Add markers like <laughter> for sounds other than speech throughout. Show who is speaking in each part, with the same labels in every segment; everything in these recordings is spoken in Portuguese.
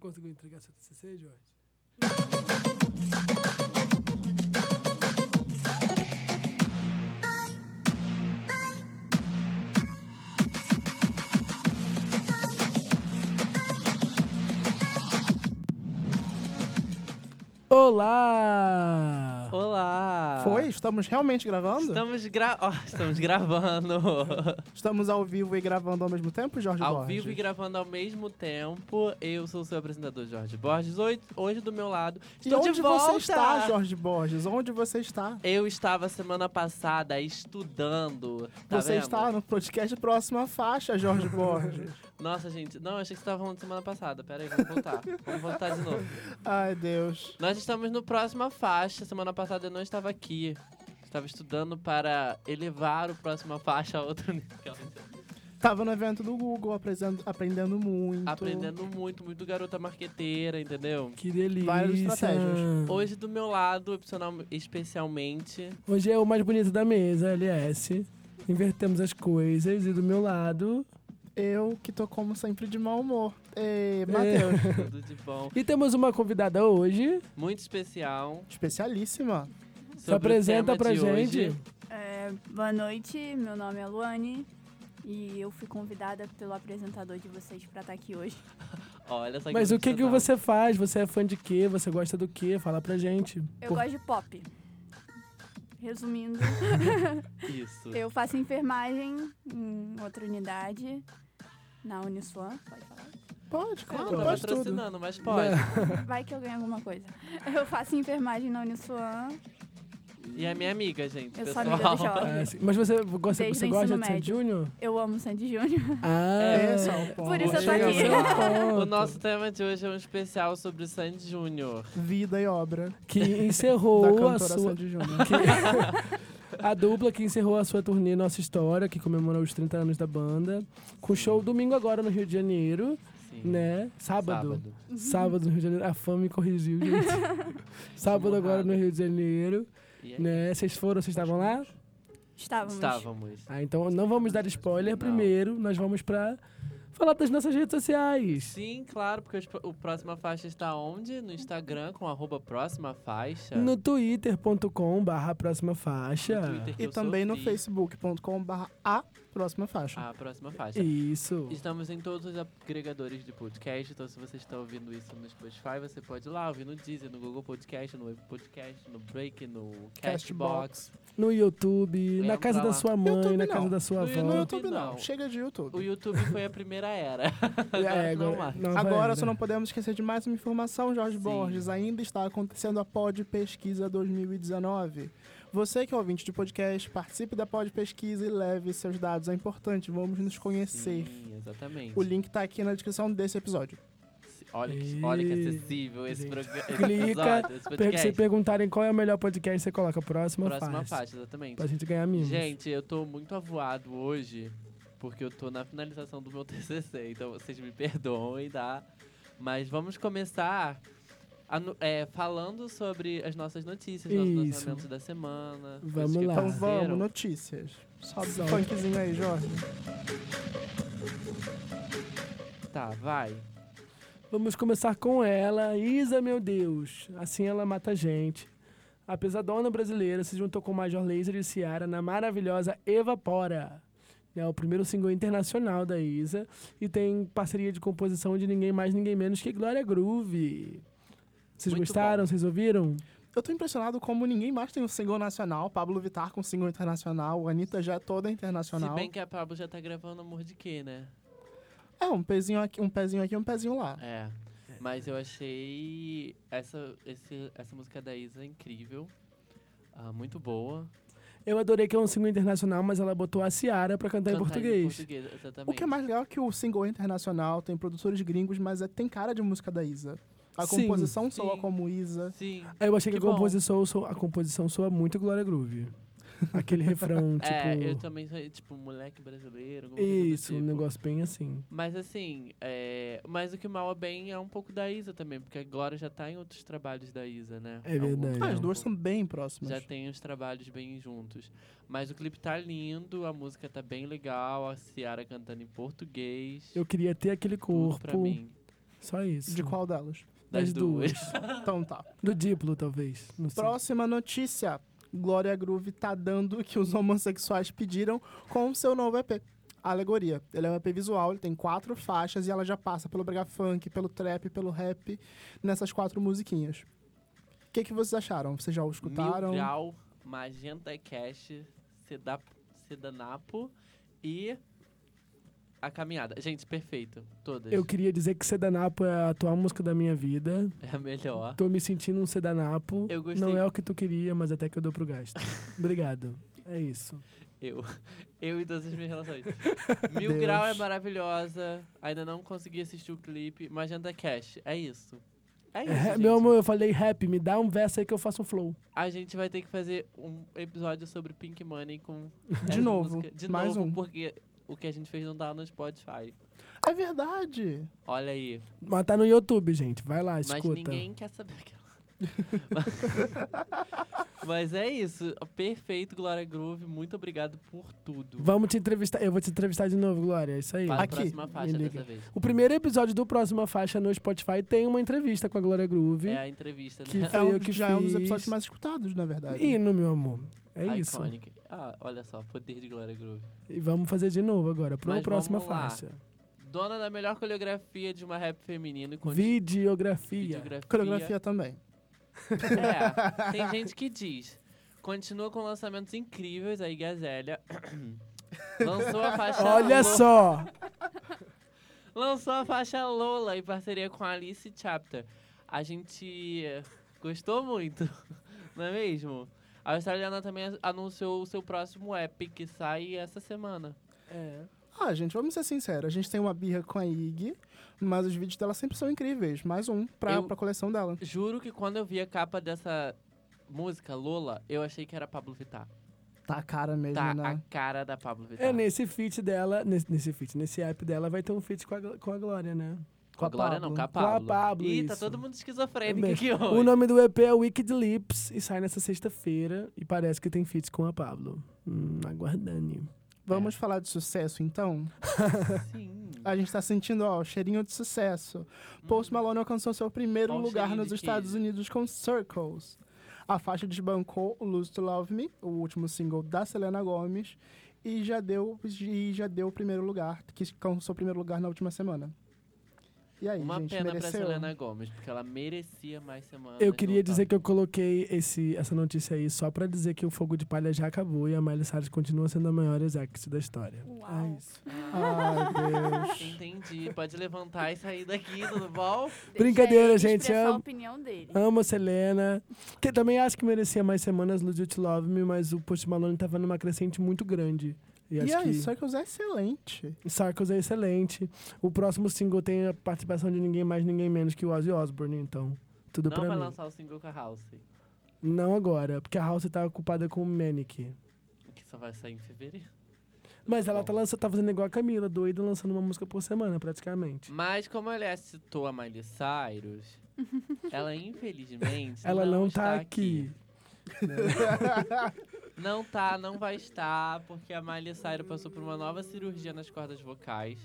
Speaker 1: conseguiu entregar seu TCC, Jorge? Olá!
Speaker 2: Olá!
Speaker 3: Foi? Estamos realmente gravando?
Speaker 2: Estamos, gra... ó, estamos
Speaker 3: <laughs>
Speaker 2: gravando.
Speaker 3: Estamos ao vivo e gravando ao mesmo tempo, Jorge
Speaker 2: ao
Speaker 3: Borges?
Speaker 2: vivo e gravando ao mesmo tempo. Eu sou o seu apresentador, Jorge Borges. Hoje, hoje do meu lado.
Speaker 3: E
Speaker 2: Estou
Speaker 3: onde
Speaker 2: de volta.
Speaker 3: você está, Jorge Borges? Onde você está?
Speaker 2: Eu estava semana passada estudando. tá
Speaker 3: você
Speaker 2: vendo?
Speaker 3: está no podcast Próxima Faixa, Jorge Borges.
Speaker 2: Nossa, gente. Não, eu achei que você estava falando semana passada. Pera aí, vamos voltar. vamos voltar de novo.
Speaker 3: Ai, Deus.
Speaker 2: Nós estamos no próxima faixa. Semana passada eu não estava aqui. Estava estudando para elevar o próxima faixa a outro <laughs> nível.
Speaker 3: Tava no evento do Google, apresen- aprendendo muito.
Speaker 2: Aprendendo muito, muito garota marqueteira, entendeu?
Speaker 1: Que delícia!
Speaker 3: Várias estratégias.
Speaker 2: Hoje do meu lado, opcional, especialmente.
Speaker 1: Hoje é o mais bonito da mesa, LS. Invertemos as coisas e do meu lado.
Speaker 3: Eu, que tô como sempre de mau humor. Ei, Matheus.
Speaker 2: Tudo de bom.
Speaker 1: E temos uma convidada hoje.
Speaker 2: Muito especial.
Speaker 3: Especialíssima.
Speaker 2: Sobre
Speaker 1: se apresenta
Speaker 2: o tema
Speaker 1: pra
Speaker 2: de
Speaker 1: gente.
Speaker 2: hoje.
Speaker 4: É, boa noite, meu nome é Luane e eu fui convidada pelo apresentador de vocês pra estar aqui hoje.
Speaker 2: Olha só
Speaker 1: Mas o que, que
Speaker 2: profissional.
Speaker 1: você faz? Você é fã de quê? Você gosta do quê? Fala pra gente.
Speaker 4: Eu
Speaker 1: Por-
Speaker 4: gosto de pop.
Speaker 1: <laughs>
Speaker 4: Resumindo,
Speaker 2: Isso.
Speaker 4: eu faço enfermagem em outra unidade, na Uniswan, pode falar.
Speaker 3: Pode,
Speaker 2: Eu
Speaker 3: claro,
Speaker 2: tô
Speaker 3: pode
Speaker 2: tá
Speaker 3: tudo.
Speaker 2: patrocinando, mas pode.
Speaker 4: Vai que eu ganho alguma coisa. Eu faço enfermagem na Uniswan,
Speaker 1: É.
Speaker 2: E a minha amiga, gente,
Speaker 4: Eu sou
Speaker 2: pessoal.
Speaker 4: amiga do Jorge.
Speaker 1: Ah, sim. mas você gosta,
Speaker 4: Desde
Speaker 1: você gosta
Speaker 4: o ensino
Speaker 1: de ser
Speaker 4: médio. <laughs>
Speaker 1: Júnior?
Speaker 4: eu amo Sandy Júnior. <laughs>
Speaker 1: Ah,
Speaker 3: É, só um ponto.
Speaker 4: Por isso eu tô
Speaker 1: Chega
Speaker 4: aqui.
Speaker 1: ao seu é ponto.
Speaker 2: o nosso tema de hoje é um especial sobre o Sandy Júnior.
Speaker 3: Vida e obra
Speaker 1: Que
Speaker 4: <laughs>
Speaker 3: da
Speaker 1: encerrou a
Speaker 3: cantora
Speaker 1: sua.
Speaker 3: Sandy Júnior.
Speaker 1: <laughs> que- a dupla que encerrou a sua turnê Nossa História, que comemora os 30 anos da banda. Com show domingo agora no Rio de Janeiro,
Speaker 2: Sim.
Speaker 1: né? Sábado.
Speaker 2: Sábado.
Speaker 1: Sábado no Rio de Janeiro. A fã me corrigiu, gente. Sábado agora
Speaker 2: né?
Speaker 1: no Rio de Janeiro,
Speaker 2: E é-
Speaker 1: né? Vocês foram, vocês estavam lá?
Speaker 4: Estávamos.
Speaker 2: Estávamos.
Speaker 1: Ah, então não vamos dar spoiler
Speaker 2: Não.
Speaker 1: primeiro, nós vamos pra falar das nossas redes sociais.
Speaker 2: Sim, claro, porque os- o Próxima Faixa está onde? No Instagram, com arroba Próxima Faixa.
Speaker 1: No twitter.com barra próxima
Speaker 2: No
Speaker 1: faixa.
Speaker 2: Twitter, que <laughs>
Speaker 3: E
Speaker 2: eu sou
Speaker 3: também no
Speaker 2: Pi.
Speaker 3: facebook.com.br a próxima faixa.
Speaker 2: A Próxima Faixa.
Speaker 1: Isso.
Speaker 2: Estamos em todos os agregadores de podcast, então se você está ouvindo isso no Spotify, você pode ir lá ouvir no Deezer, no Google Podcast, no Apple Podcast, no Break, no Castbox.
Speaker 1: No YouTube, na
Speaker 2: Entra
Speaker 1: casa da
Speaker 2: lá.
Speaker 1: sua mãe,
Speaker 3: YouTube
Speaker 1: na
Speaker 3: não.
Speaker 1: casa da sua
Speaker 2: No
Speaker 3: No
Speaker 1: avó.
Speaker 3: <laughs>
Speaker 2: YouTube.
Speaker 3: YouTube não.
Speaker 2: não.
Speaker 3: Chega de YouTube.
Speaker 2: O YouTube foi a primeira era.
Speaker 3: <laughs>
Speaker 1: É,
Speaker 2: Agora não
Speaker 1: agora- né?
Speaker 2: mais.
Speaker 1: nova
Speaker 3: Agora
Speaker 1: era.
Speaker 3: só não podemos esquecer de mais uma informação, Jorge
Speaker 2: Sim.
Speaker 3: Borges. Ainda está acontecendo a Pod Pesquisa 2019. Você que é ouvinte de podcast, participe da Pod Pesquisa e leve seus dados. É importante, vamos nos conhecer.
Speaker 2: Sim, exatamente.
Speaker 3: O link tá aqui na descrição desse episódio.
Speaker 2: Olha, que, olha que
Speaker 1: Ih,
Speaker 2: acessível esse
Speaker 1: gente.
Speaker 2: programa.
Speaker 1: Clica,
Speaker 2: esse
Speaker 1: Per- Se
Speaker 2: podcast.
Speaker 1: perguntarem qual é o melhor podcast, você coloca próxima,
Speaker 2: Próxima
Speaker 1: faixa.
Speaker 2: faixa, exatamente.
Speaker 1: Pra gente ganhar mimos.
Speaker 2: Gente, eu tô muito avoado hoje, porque eu tô na finalização do meu <laughs> TCC, então vocês me perdoem, tá? Mas vamos começar a no- é, falando sobre as nossas notícias, nossos
Speaker 1: Isso.
Speaker 2: lançamentos da semana. coisas
Speaker 1: Vamos
Speaker 2: que
Speaker 1: lá.
Speaker 3: Então
Speaker 2: aconteceram.
Speaker 3: vamos, notícias. Sobe o
Speaker 1: Sobe.
Speaker 3: funkzinho aí, Jorge.
Speaker 2: Tá, vai.
Speaker 1: Vamos começar com ela. Isa, meu Deus. Assim ela mata a gente. A pesadona brasileira se juntou com o Major Lazer e Ciara na maravilhosa Evapora. É o primeiro single internacional da Isa e tem parceria de composição de ninguém mais, ninguém menos que Glória Groove. Vocês
Speaker 2: Muito
Speaker 1: gostaram?
Speaker 2: bom.
Speaker 1: Vocês ouviram?
Speaker 3: Eu tô impressionado como ninguém mais tem um single nacional. Pablo Vittar com single internacional, Anitta já é toda
Speaker 2: Se
Speaker 3: internacional.
Speaker 2: bem que a Pablo já tá gravando Amor de Quê, né?
Speaker 3: É, um pezinho aqui, um pezinho aqui, um pezinho lá.
Speaker 2: É. Mas eu achei essa, esse, essa música da Isa incrível. ah, muito boa.
Speaker 1: Eu adorei que é um single internacional, mas ela botou a Ciara pra cantar, Tá em
Speaker 2: Cantar
Speaker 1: português.
Speaker 2: exatamente.
Speaker 3: O que é mais legal é que o single é internacional, tem produtores gringos, mas é- tem cara de música da Isa. A
Speaker 1: Sim.
Speaker 3: composição soa
Speaker 2: Sim.
Speaker 3: como Isa.
Speaker 2: Sim.
Speaker 1: Aí Eu achei que,
Speaker 2: Que
Speaker 1: a,
Speaker 2: bom.
Speaker 1: composição, soa- a composição soa muito Glória Groove. Aquele refrão, tipo.
Speaker 2: <laughs> É, eu também sou, tipo, moleque brasileiro. alguma coisa do
Speaker 1: Isso, um
Speaker 2: tipo.
Speaker 1: negócio bem assim.
Speaker 2: Mas assim, é... mas o que mal é bem é um pouco da Isa também, porque agora já tá em outros trabalhos da Isa, né?
Speaker 1: É
Speaker 2: Algum-
Speaker 1: verdade.
Speaker 3: Ah,
Speaker 1: É,
Speaker 3: as
Speaker 1: um
Speaker 3: duas são bem próximas.
Speaker 2: Já tem os trabalhos bem juntos. Mas o clipe tá lindo, a música tá bem legal, a Ciara cantando em português.
Speaker 1: Eu queria ter aquele
Speaker 2: tudo pra
Speaker 1: corpo
Speaker 2: mim.
Speaker 1: Só isso.
Speaker 3: De
Speaker 2: <laughs>
Speaker 3: qual delas?
Speaker 2: Das,
Speaker 1: Das
Speaker 2: duas.
Speaker 3: Então tá.
Speaker 1: Do Diplo, talvez. Não sei.
Speaker 3: Próxima notícia. Glória Groove tá dando o que os homossexuais pediram com o seu novo EP. Alegoria. Ele é um EP visual, ele tem quatro faixas e ela já passa pelo brega funk, pelo trap, pelo rap, nessas quatro musiquinhas. O que, que vocês acharam? Vocês já o escutaram?
Speaker 2: <laughs> Mil Grau, Magenta Cash, Seda- Sedanapo e A Caminhada. Gente, perfeito. Todas.
Speaker 1: Eu queria dizer que Sedanapo é a atual música da minha vida.
Speaker 2: É a melhor.
Speaker 1: Tô me sentindo um Sedanapo.
Speaker 2: Eu gostei.
Speaker 1: Não é o que tu queria, mas até que eu dou pro
Speaker 2: <laughs>
Speaker 1: gasto. Obrigado. É isso.
Speaker 2: Eu. <laughs> Eu e todas as minhas relações. Mil
Speaker 3: Deus.
Speaker 2: Grau é maravilhosa. Ainda não consegui assistir o clipe. Magenta Cash. É isso. É isso.
Speaker 1: É,
Speaker 2: gente.
Speaker 1: meu amor, eu falei rap, me dá um verso aí que eu faço um flow.
Speaker 2: A gente vai ter que fazer um episódio sobre Pink Money com.
Speaker 3: De
Speaker 2: essa
Speaker 3: novo,
Speaker 2: música. De
Speaker 3: mais
Speaker 2: novo,
Speaker 3: um.
Speaker 2: porque o que a gente fez não tá no Spotify.
Speaker 3: É verdade!
Speaker 2: Olha aí.
Speaker 1: Mas tá no YouTube, gente. Vai lá, escuta.
Speaker 2: Mas ninguém quer saber aquela. <laughs> Mas é isso. Perfeito, Glória Groove. Muito obrigado por tudo.
Speaker 1: Vamos te entrevistar. Eu vou te entrevistar de novo, Glória. É isso aí.
Speaker 2: Para
Speaker 3: Aqui,
Speaker 2: a próxima faixa
Speaker 1: me
Speaker 2: dessa vez.
Speaker 1: O primeiro episódio do Próxima Faixa no Spotify tem uma entrevista com a Glória Groove.
Speaker 2: É a entrevista,
Speaker 1: Que
Speaker 2: né?
Speaker 1: Foi
Speaker 3: É um,
Speaker 1: eu que
Speaker 3: já é um dos
Speaker 1: fiz.
Speaker 3: episódios mais escutados, na verdade.
Speaker 1: Hino, meu amor. É isso.
Speaker 2: Iconic. Ah, olha só, poder de Glória Groove.
Speaker 1: E vamos fazer de novo agora, pra
Speaker 2: Mas
Speaker 1: próxima
Speaker 2: vamos lá.
Speaker 1: faixa.
Speaker 2: Dona da melhor coreografia de uma rap feminina e com
Speaker 1: Videografia.
Speaker 2: videografia.
Speaker 3: Coreografia também.
Speaker 2: É, tem gente que diz. Continua com lançamentos incríveis
Speaker 1: <laughs>
Speaker 2: aí, Gazélia. Lançou a faixa
Speaker 1: Olha
Speaker 2: Lou- <laughs>
Speaker 1: só!
Speaker 2: Lançou a faixa Lola em parceria com a Alice Chapter. A gente eh, gostou muito, <laughs> não é mesmo? A australiana também as- anunciou o seu próximo EP que sai essa semana. É.
Speaker 3: Ah, gente, vamos ser sinceros. A gente tem uma birra com a Ig, mas os vídeos dela sempre são incríveis. Mais um pra,
Speaker 2: Eu-
Speaker 3: pra coleção dela.
Speaker 2: Juro que quando eu vi a capa dessa música, Lola, eu achei que era Pablo Vittar.
Speaker 3: Tá a cara mesmo,
Speaker 2: Tá
Speaker 3: né?
Speaker 2: a cara da Pablo Vittar.
Speaker 1: É, nesse feat dela, nesse, nesse feat, nesse app dela, vai ter um feat com a, Glo- com a Glória, né?
Speaker 2: Com a Glória não, com a
Speaker 1: Com a
Speaker 2: Pablo.
Speaker 1: Pablo,
Speaker 2: Ih, tá
Speaker 1: isso. É
Speaker 2: todo mundo esquizofrênico
Speaker 1: Bem,
Speaker 2: aqui hoje.
Speaker 1: O nome do EP é Wicked Lips e sai nessa sexta-feira e parece que tem feat com a Pablo. Hum, aguardane.
Speaker 3: Vamos falar de sucesso, então?
Speaker 2: Sim.
Speaker 3: A gente tá sentindo, ó, o cheirinho de sucesso. Post Malone alcançou seu primeiro
Speaker 2: Ó Uhum. o
Speaker 3: lugar
Speaker 2: cheirinho
Speaker 3: nos
Speaker 2: de
Speaker 3: Estados
Speaker 2: queijo.
Speaker 3: Unidos com Circles. A faixa desbancou Lose to Love Me, o último single da Selena Gomez, e já deu e já deu o primeiro lugar, que alcançou o primeiro lugar na última semana. E aí,
Speaker 2: Uma
Speaker 3: gente,
Speaker 2: pena pra
Speaker 3: mereceu?
Speaker 2: Selena Gomes, porque ela merecia mais semana.
Speaker 1: Eu queria dizer que eu coloquei esse, essa notícia aí só pra dizer que o fogo de palha já acabou e a Miley Cyrus continua sendo a maior executive da história.
Speaker 4: Uau.
Speaker 1: É isso.
Speaker 3: Ai, Deus.
Speaker 2: Entendi. Pode levantar e sair daqui, tudo bom?
Speaker 4: Deixa
Speaker 1: Brincadeira,
Speaker 4: ele
Speaker 1: gente,
Speaker 4: expressar
Speaker 1: amo.
Speaker 4: a opinião dele.
Speaker 1: Amo a Selena, que também acho que merecia mais semanas Lose You to Love Me, mas o Post Malone tava numa crescente muito grande. E,
Speaker 3: E
Speaker 1: acho
Speaker 3: aí,
Speaker 1: que
Speaker 3: Circles é excelente.
Speaker 1: Circles é excelente. O próximo single tem a participação de ninguém mais, ninguém menos que o Ozzy Osbourne, então tudo
Speaker 2: Não
Speaker 1: pra
Speaker 2: vai
Speaker 1: mim.
Speaker 2: lançar o single com a House,
Speaker 1: Não agora, porque a House tá ocupada com o Manic.
Speaker 2: que só vai sair em fevereiro.
Speaker 1: Mas ela
Speaker 2: Bom.
Speaker 1: tá, lança, tá fazendo igual a Camila, doida, lançando uma música por semana, praticamente.
Speaker 2: Mas como ela é citou a Miley Cyrus, ela infelizmente
Speaker 1: Ela não, tá
Speaker 2: está
Speaker 1: aqui.
Speaker 2: Não tá, não vai estar, porque a Miley Cyrus passou por uma nova cirurgia nas cordas vocais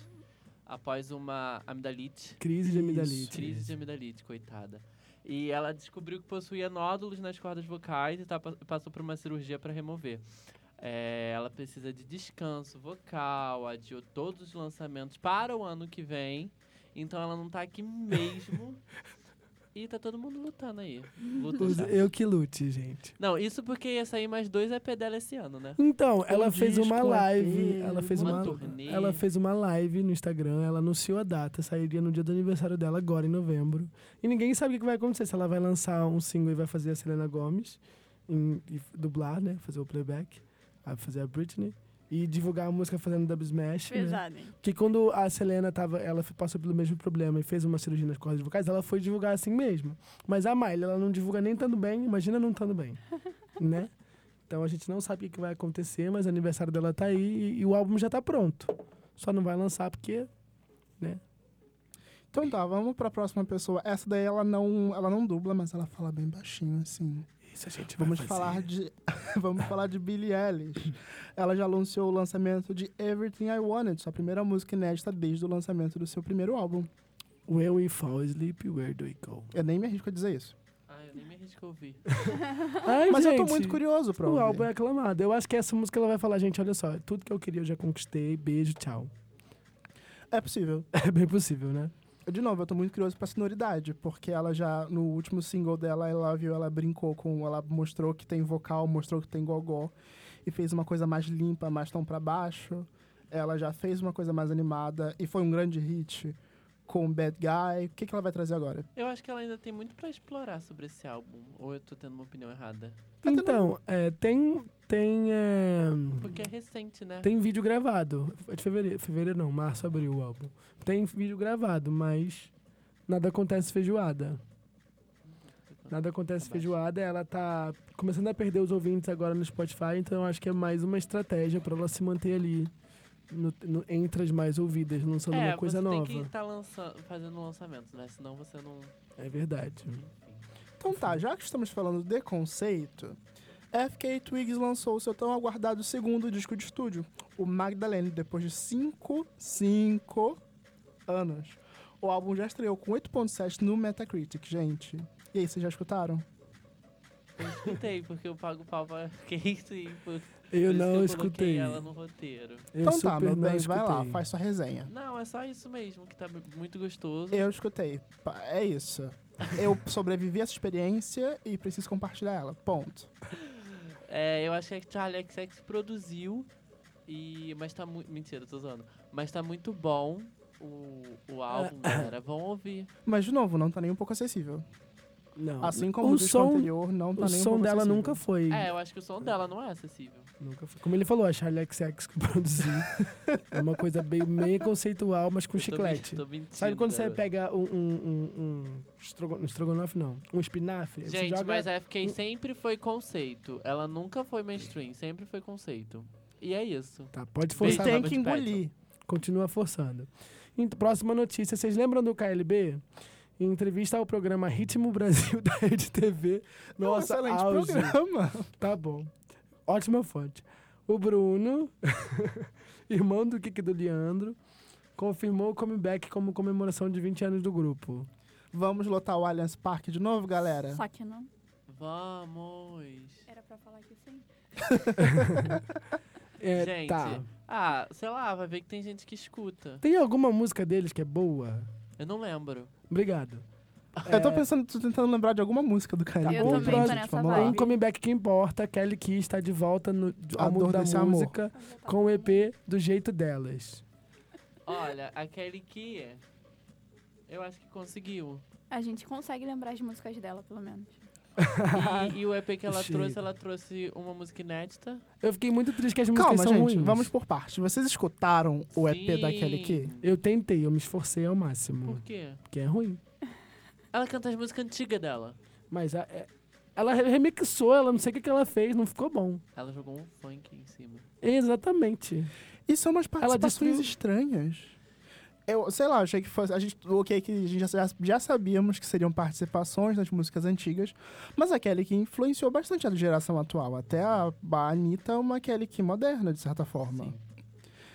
Speaker 2: após uma amidalite.
Speaker 1: Crise de
Speaker 2: Isso, Crise
Speaker 1: amidalite.
Speaker 2: de amidalite, coitada. E ela descobriu que possuía nódulos nas cordas vocais e tá pa- passou por uma cirurgia para remover. É, ela precisa de descanso vocal, adiou todos os lançamentos para o ano que vem. Então ela não tá aqui mesmo. e tá todo mundo lutando aí. Luta
Speaker 1: Os-
Speaker 2: chata.
Speaker 1: Eu que lute, gente.
Speaker 2: Não, isso porque ia sair mais dois EP dela esse ano, né?
Speaker 1: Então, ela fez
Speaker 3: disco,
Speaker 1: uma
Speaker 3: um
Speaker 1: live.
Speaker 3: EP,
Speaker 1: Ela fez
Speaker 2: uma
Speaker 1: uma,
Speaker 2: turnê.
Speaker 1: ela fez uma live no Instagram, ela anunciou a data, sairia no dia do aniversário dela, agora em novembro. E ninguém sabe o que vai acontecer. Se ela vai lançar um single e vai fazer a Selena Gomes, em- e dublar, né? Fazer o playback, a- fazer a Britney. E divulgar a música fazendo dub smash. né?
Speaker 4: Pesado, hein?
Speaker 1: Que quando a Selena tava, ela f- passou pelo mesmo problema e fez uma cirurgia nas cordas vocais, ela foi divulgar assim mesmo. Mas a Miley, ela não divulga nem estando bem, imagina não estando bem, né? Então a gente não sabe o que que vai acontecer, mas o aniversário dela tá aí e, e o álbum já tá pronto. Só não vai lançar porque
Speaker 3: Então tá, vamos pra próxima pessoa. Essa daí ela não, ela não dubla, mas ela fala bem baixinho, assim.
Speaker 1: isso a gente vai
Speaker 3: Vamos
Speaker 1: fazer.
Speaker 3: falar de <laughs> vamos falar de Billie Eilish. Ela já anunciou o lançamento de Everything I Wanted, sua primeira música inédita desde o lançamento do seu primeiro álbum.
Speaker 1: When we fall asleep, where do we go?
Speaker 3: Eu nem me arrisco a dizer isso.
Speaker 2: Ah, eu nem me arrisco a ouvir.
Speaker 1: Ai,
Speaker 3: Mas eu tô
Speaker 1: gente,
Speaker 3: muito curioso pra
Speaker 1: O
Speaker 3: ouvir.
Speaker 1: álbum é aclamado. Eu acho que essa música ela vai falar, gente, olha só, tudo que eu queria eu já conquistei. Beijo, tchau.
Speaker 3: É possível.
Speaker 1: É bem possível, né?
Speaker 3: Eu, De novo, eu tô muito curioso pra sonoridade, porque ela já, no último single dela, ela viu, ela brincou com, ela mostrou que tem vocal, mostrou que tem gogó, e fez uma coisa mais limpa, mais tão pra baixo. Ela já fez uma coisa mais animada, e foi um grande hit com Bad Guy. O que, que ela vai trazer agora?
Speaker 2: Eu acho que ela ainda tem muito pra explorar sobre esse álbum. Ou eu tô tendo uma opinião errada.
Speaker 3: Tá tendo-
Speaker 1: Então, é, tem. Tem. é,
Speaker 2: Porque é recente, né?
Speaker 1: Tem vídeo gravado. É de fevereiro. Fevereiro não, março, abril o álbum. Tem vídeo gravado, mas nada acontece feijoada. Nada acontece feijoada, ela tá começando a perder os ouvintes agora no Spotify, então eu acho que é mais uma estratégia pra ela se manter ali no- no- entre as mais ouvidas, lançando
Speaker 2: é,
Speaker 1: uma coisa
Speaker 2: você
Speaker 1: nova.
Speaker 2: tem que estar lançando, fazendo lançamentos, né? Senão você não...
Speaker 1: É verdade.
Speaker 3: Então tá, já que estamos falando de conceito, FK Twigs lançou o seu tão aguardado segundo disco de estúdio, o Magdalene, depois de 5, 5 anos. O álbum já estreou com 8.7 no Metacritic, gente. E aí, vocês já escutaram?
Speaker 2: Eu escutei, porque eu pago pau pra <laughs> Casey. Por, por
Speaker 1: Eu
Speaker 2: isso que
Speaker 1: não
Speaker 2: eu
Speaker 1: escutei.
Speaker 2: coloquei ela no roteiro.
Speaker 1: Eu
Speaker 3: então tá,
Speaker 1: super
Speaker 3: meu
Speaker 1: não
Speaker 3: bem, vai lá,
Speaker 1: escutei.
Speaker 3: faz sua resenha.
Speaker 2: Não, é só isso mesmo, que tá muito gostoso.
Speaker 3: Eu escutei, pá, é isso. Eu sobrevivi a essa experiência e preciso compartilhar ela, ponto.
Speaker 2: É, eu acho que a Charlie XX produziu, e, mas tá muito. Mentira, tô zoando. Mas tá muito bom o, o álbum,
Speaker 1: Ah,
Speaker 2: galera. Vão ouvir.
Speaker 3: Mas, de novo, não tá nem um pouco acessível.
Speaker 1: Não.
Speaker 3: Assim como o,
Speaker 1: o
Speaker 3: disco
Speaker 1: som,
Speaker 3: anterior, não tá
Speaker 1: o
Speaker 3: nem um
Speaker 1: som
Speaker 3: pouco
Speaker 1: dela
Speaker 3: acessível.
Speaker 1: nunca foi.
Speaker 2: É, eu acho que o som dela não é acessível.
Speaker 1: Nunca foi. Como ele falou, a Charlie XX que <laughs> produziu. é uma coisa bem, meio conceitual, mas com
Speaker 2: Eu tô men-
Speaker 1: chiclete.
Speaker 2: Tô mentindo, né?
Speaker 1: Sabe quando você
Speaker 2: garoto.
Speaker 1: pega um, um, um, um estrogo- um estrogonofe, não, um espinafre? Você
Speaker 2: Gente,
Speaker 1: joga-
Speaker 2: mas a
Speaker 1: um
Speaker 2: FK sempre foi conceito. Ela nunca foi mainstream, sempre foi conceito. E é isso.
Speaker 1: Tá, pode
Speaker 3: E
Speaker 1: forçar,
Speaker 2: Forçava
Speaker 3: tem
Speaker 2: de
Speaker 3: que
Speaker 2: Python.
Speaker 3: engolir.
Speaker 1: continua forçando. Ent- Próxima notícia, vocês lembram do KLB? Em entrevista ao programa Ritmo Brasil <laughs> da Rede TV. Nossa,
Speaker 3: é um excelente
Speaker 1: auge.
Speaker 3: programa.
Speaker 1: Tá bom. Ótima fonte. O Bruno, <laughs> irmão do Kiki e do Leandro, confirmou o comeback como comemoração de 20 anos do grupo.
Speaker 3: <laughs> Vamos lotar o Allianz Parque de novo, galera?
Speaker 4: Só que não.
Speaker 2: Vamos.
Speaker 4: Era pra falar que sim.
Speaker 1: É,
Speaker 2: Gente.
Speaker 1: Tá.
Speaker 2: Ah, sei lá, vai ver que tem gente que escuta.
Speaker 1: Tem alguma música deles que é boa?
Speaker 2: Eu não lembro.
Speaker 1: Obrigado.
Speaker 3: Eu tô
Speaker 1: É,
Speaker 3: pensando, tô tentando lembrar de alguma música do Kanye.
Speaker 1: Eu
Speaker 3: Bom,
Speaker 1: também tô
Speaker 3: gente,
Speaker 4: nessa
Speaker 3: vamos lá.
Speaker 1: Um
Speaker 4: vibe.
Speaker 1: comeback que importa, Kelly Key está de volta no
Speaker 3: A
Speaker 1: ao mundo
Speaker 3: dor
Speaker 1: da
Speaker 3: desse amor.
Speaker 1: música com o EP do jeito delas.
Speaker 2: Olha, aquele que. Eu acho que
Speaker 1: <laughs>
Speaker 2: conseguiu.
Speaker 4: A gente consegue lembrar as músicas dela, pelo menos.
Speaker 2: E, e o EP que ela
Speaker 1: Chega.
Speaker 2: trouxe, ela trouxe uma música inédita.
Speaker 1: Eu fiquei muito triste que as músicas
Speaker 3: Calma,
Speaker 1: são
Speaker 3: gente,
Speaker 1: ruins.
Speaker 3: vamos por parte. Vocês escutaram o EP
Speaker 2: Sim.
Speaker 3: da Kelly Key?
Speaker 1: Eu tentei, eu me esforcei ao máximo,
Speaker 2: Por quê?
Speaker 1: porque é ruim.
Speaker 2: Ela canta as músicas antigas dela.
Speaker 1: Mas a- é- ela re- remixou, ela não sei o que, que ela fez, não ficou bom.
Speaker 2: Ela jogou um funk em cima.
Speaker 1: Exatamente.
Speaker 3: E são é umas participações
Speaker 1: destruiu-
Speaker 3: estranhas. Eu, sei lá, achei que fosse. A gente, o é que que a gente já, já sabíamos que seriam participações nas músicas antigas, mas a Kelly Key influenciou bastante a geração atual. Até a, a Anitta é uma Kelly Key moderna, de certa forma.
Speaker 2: Sim.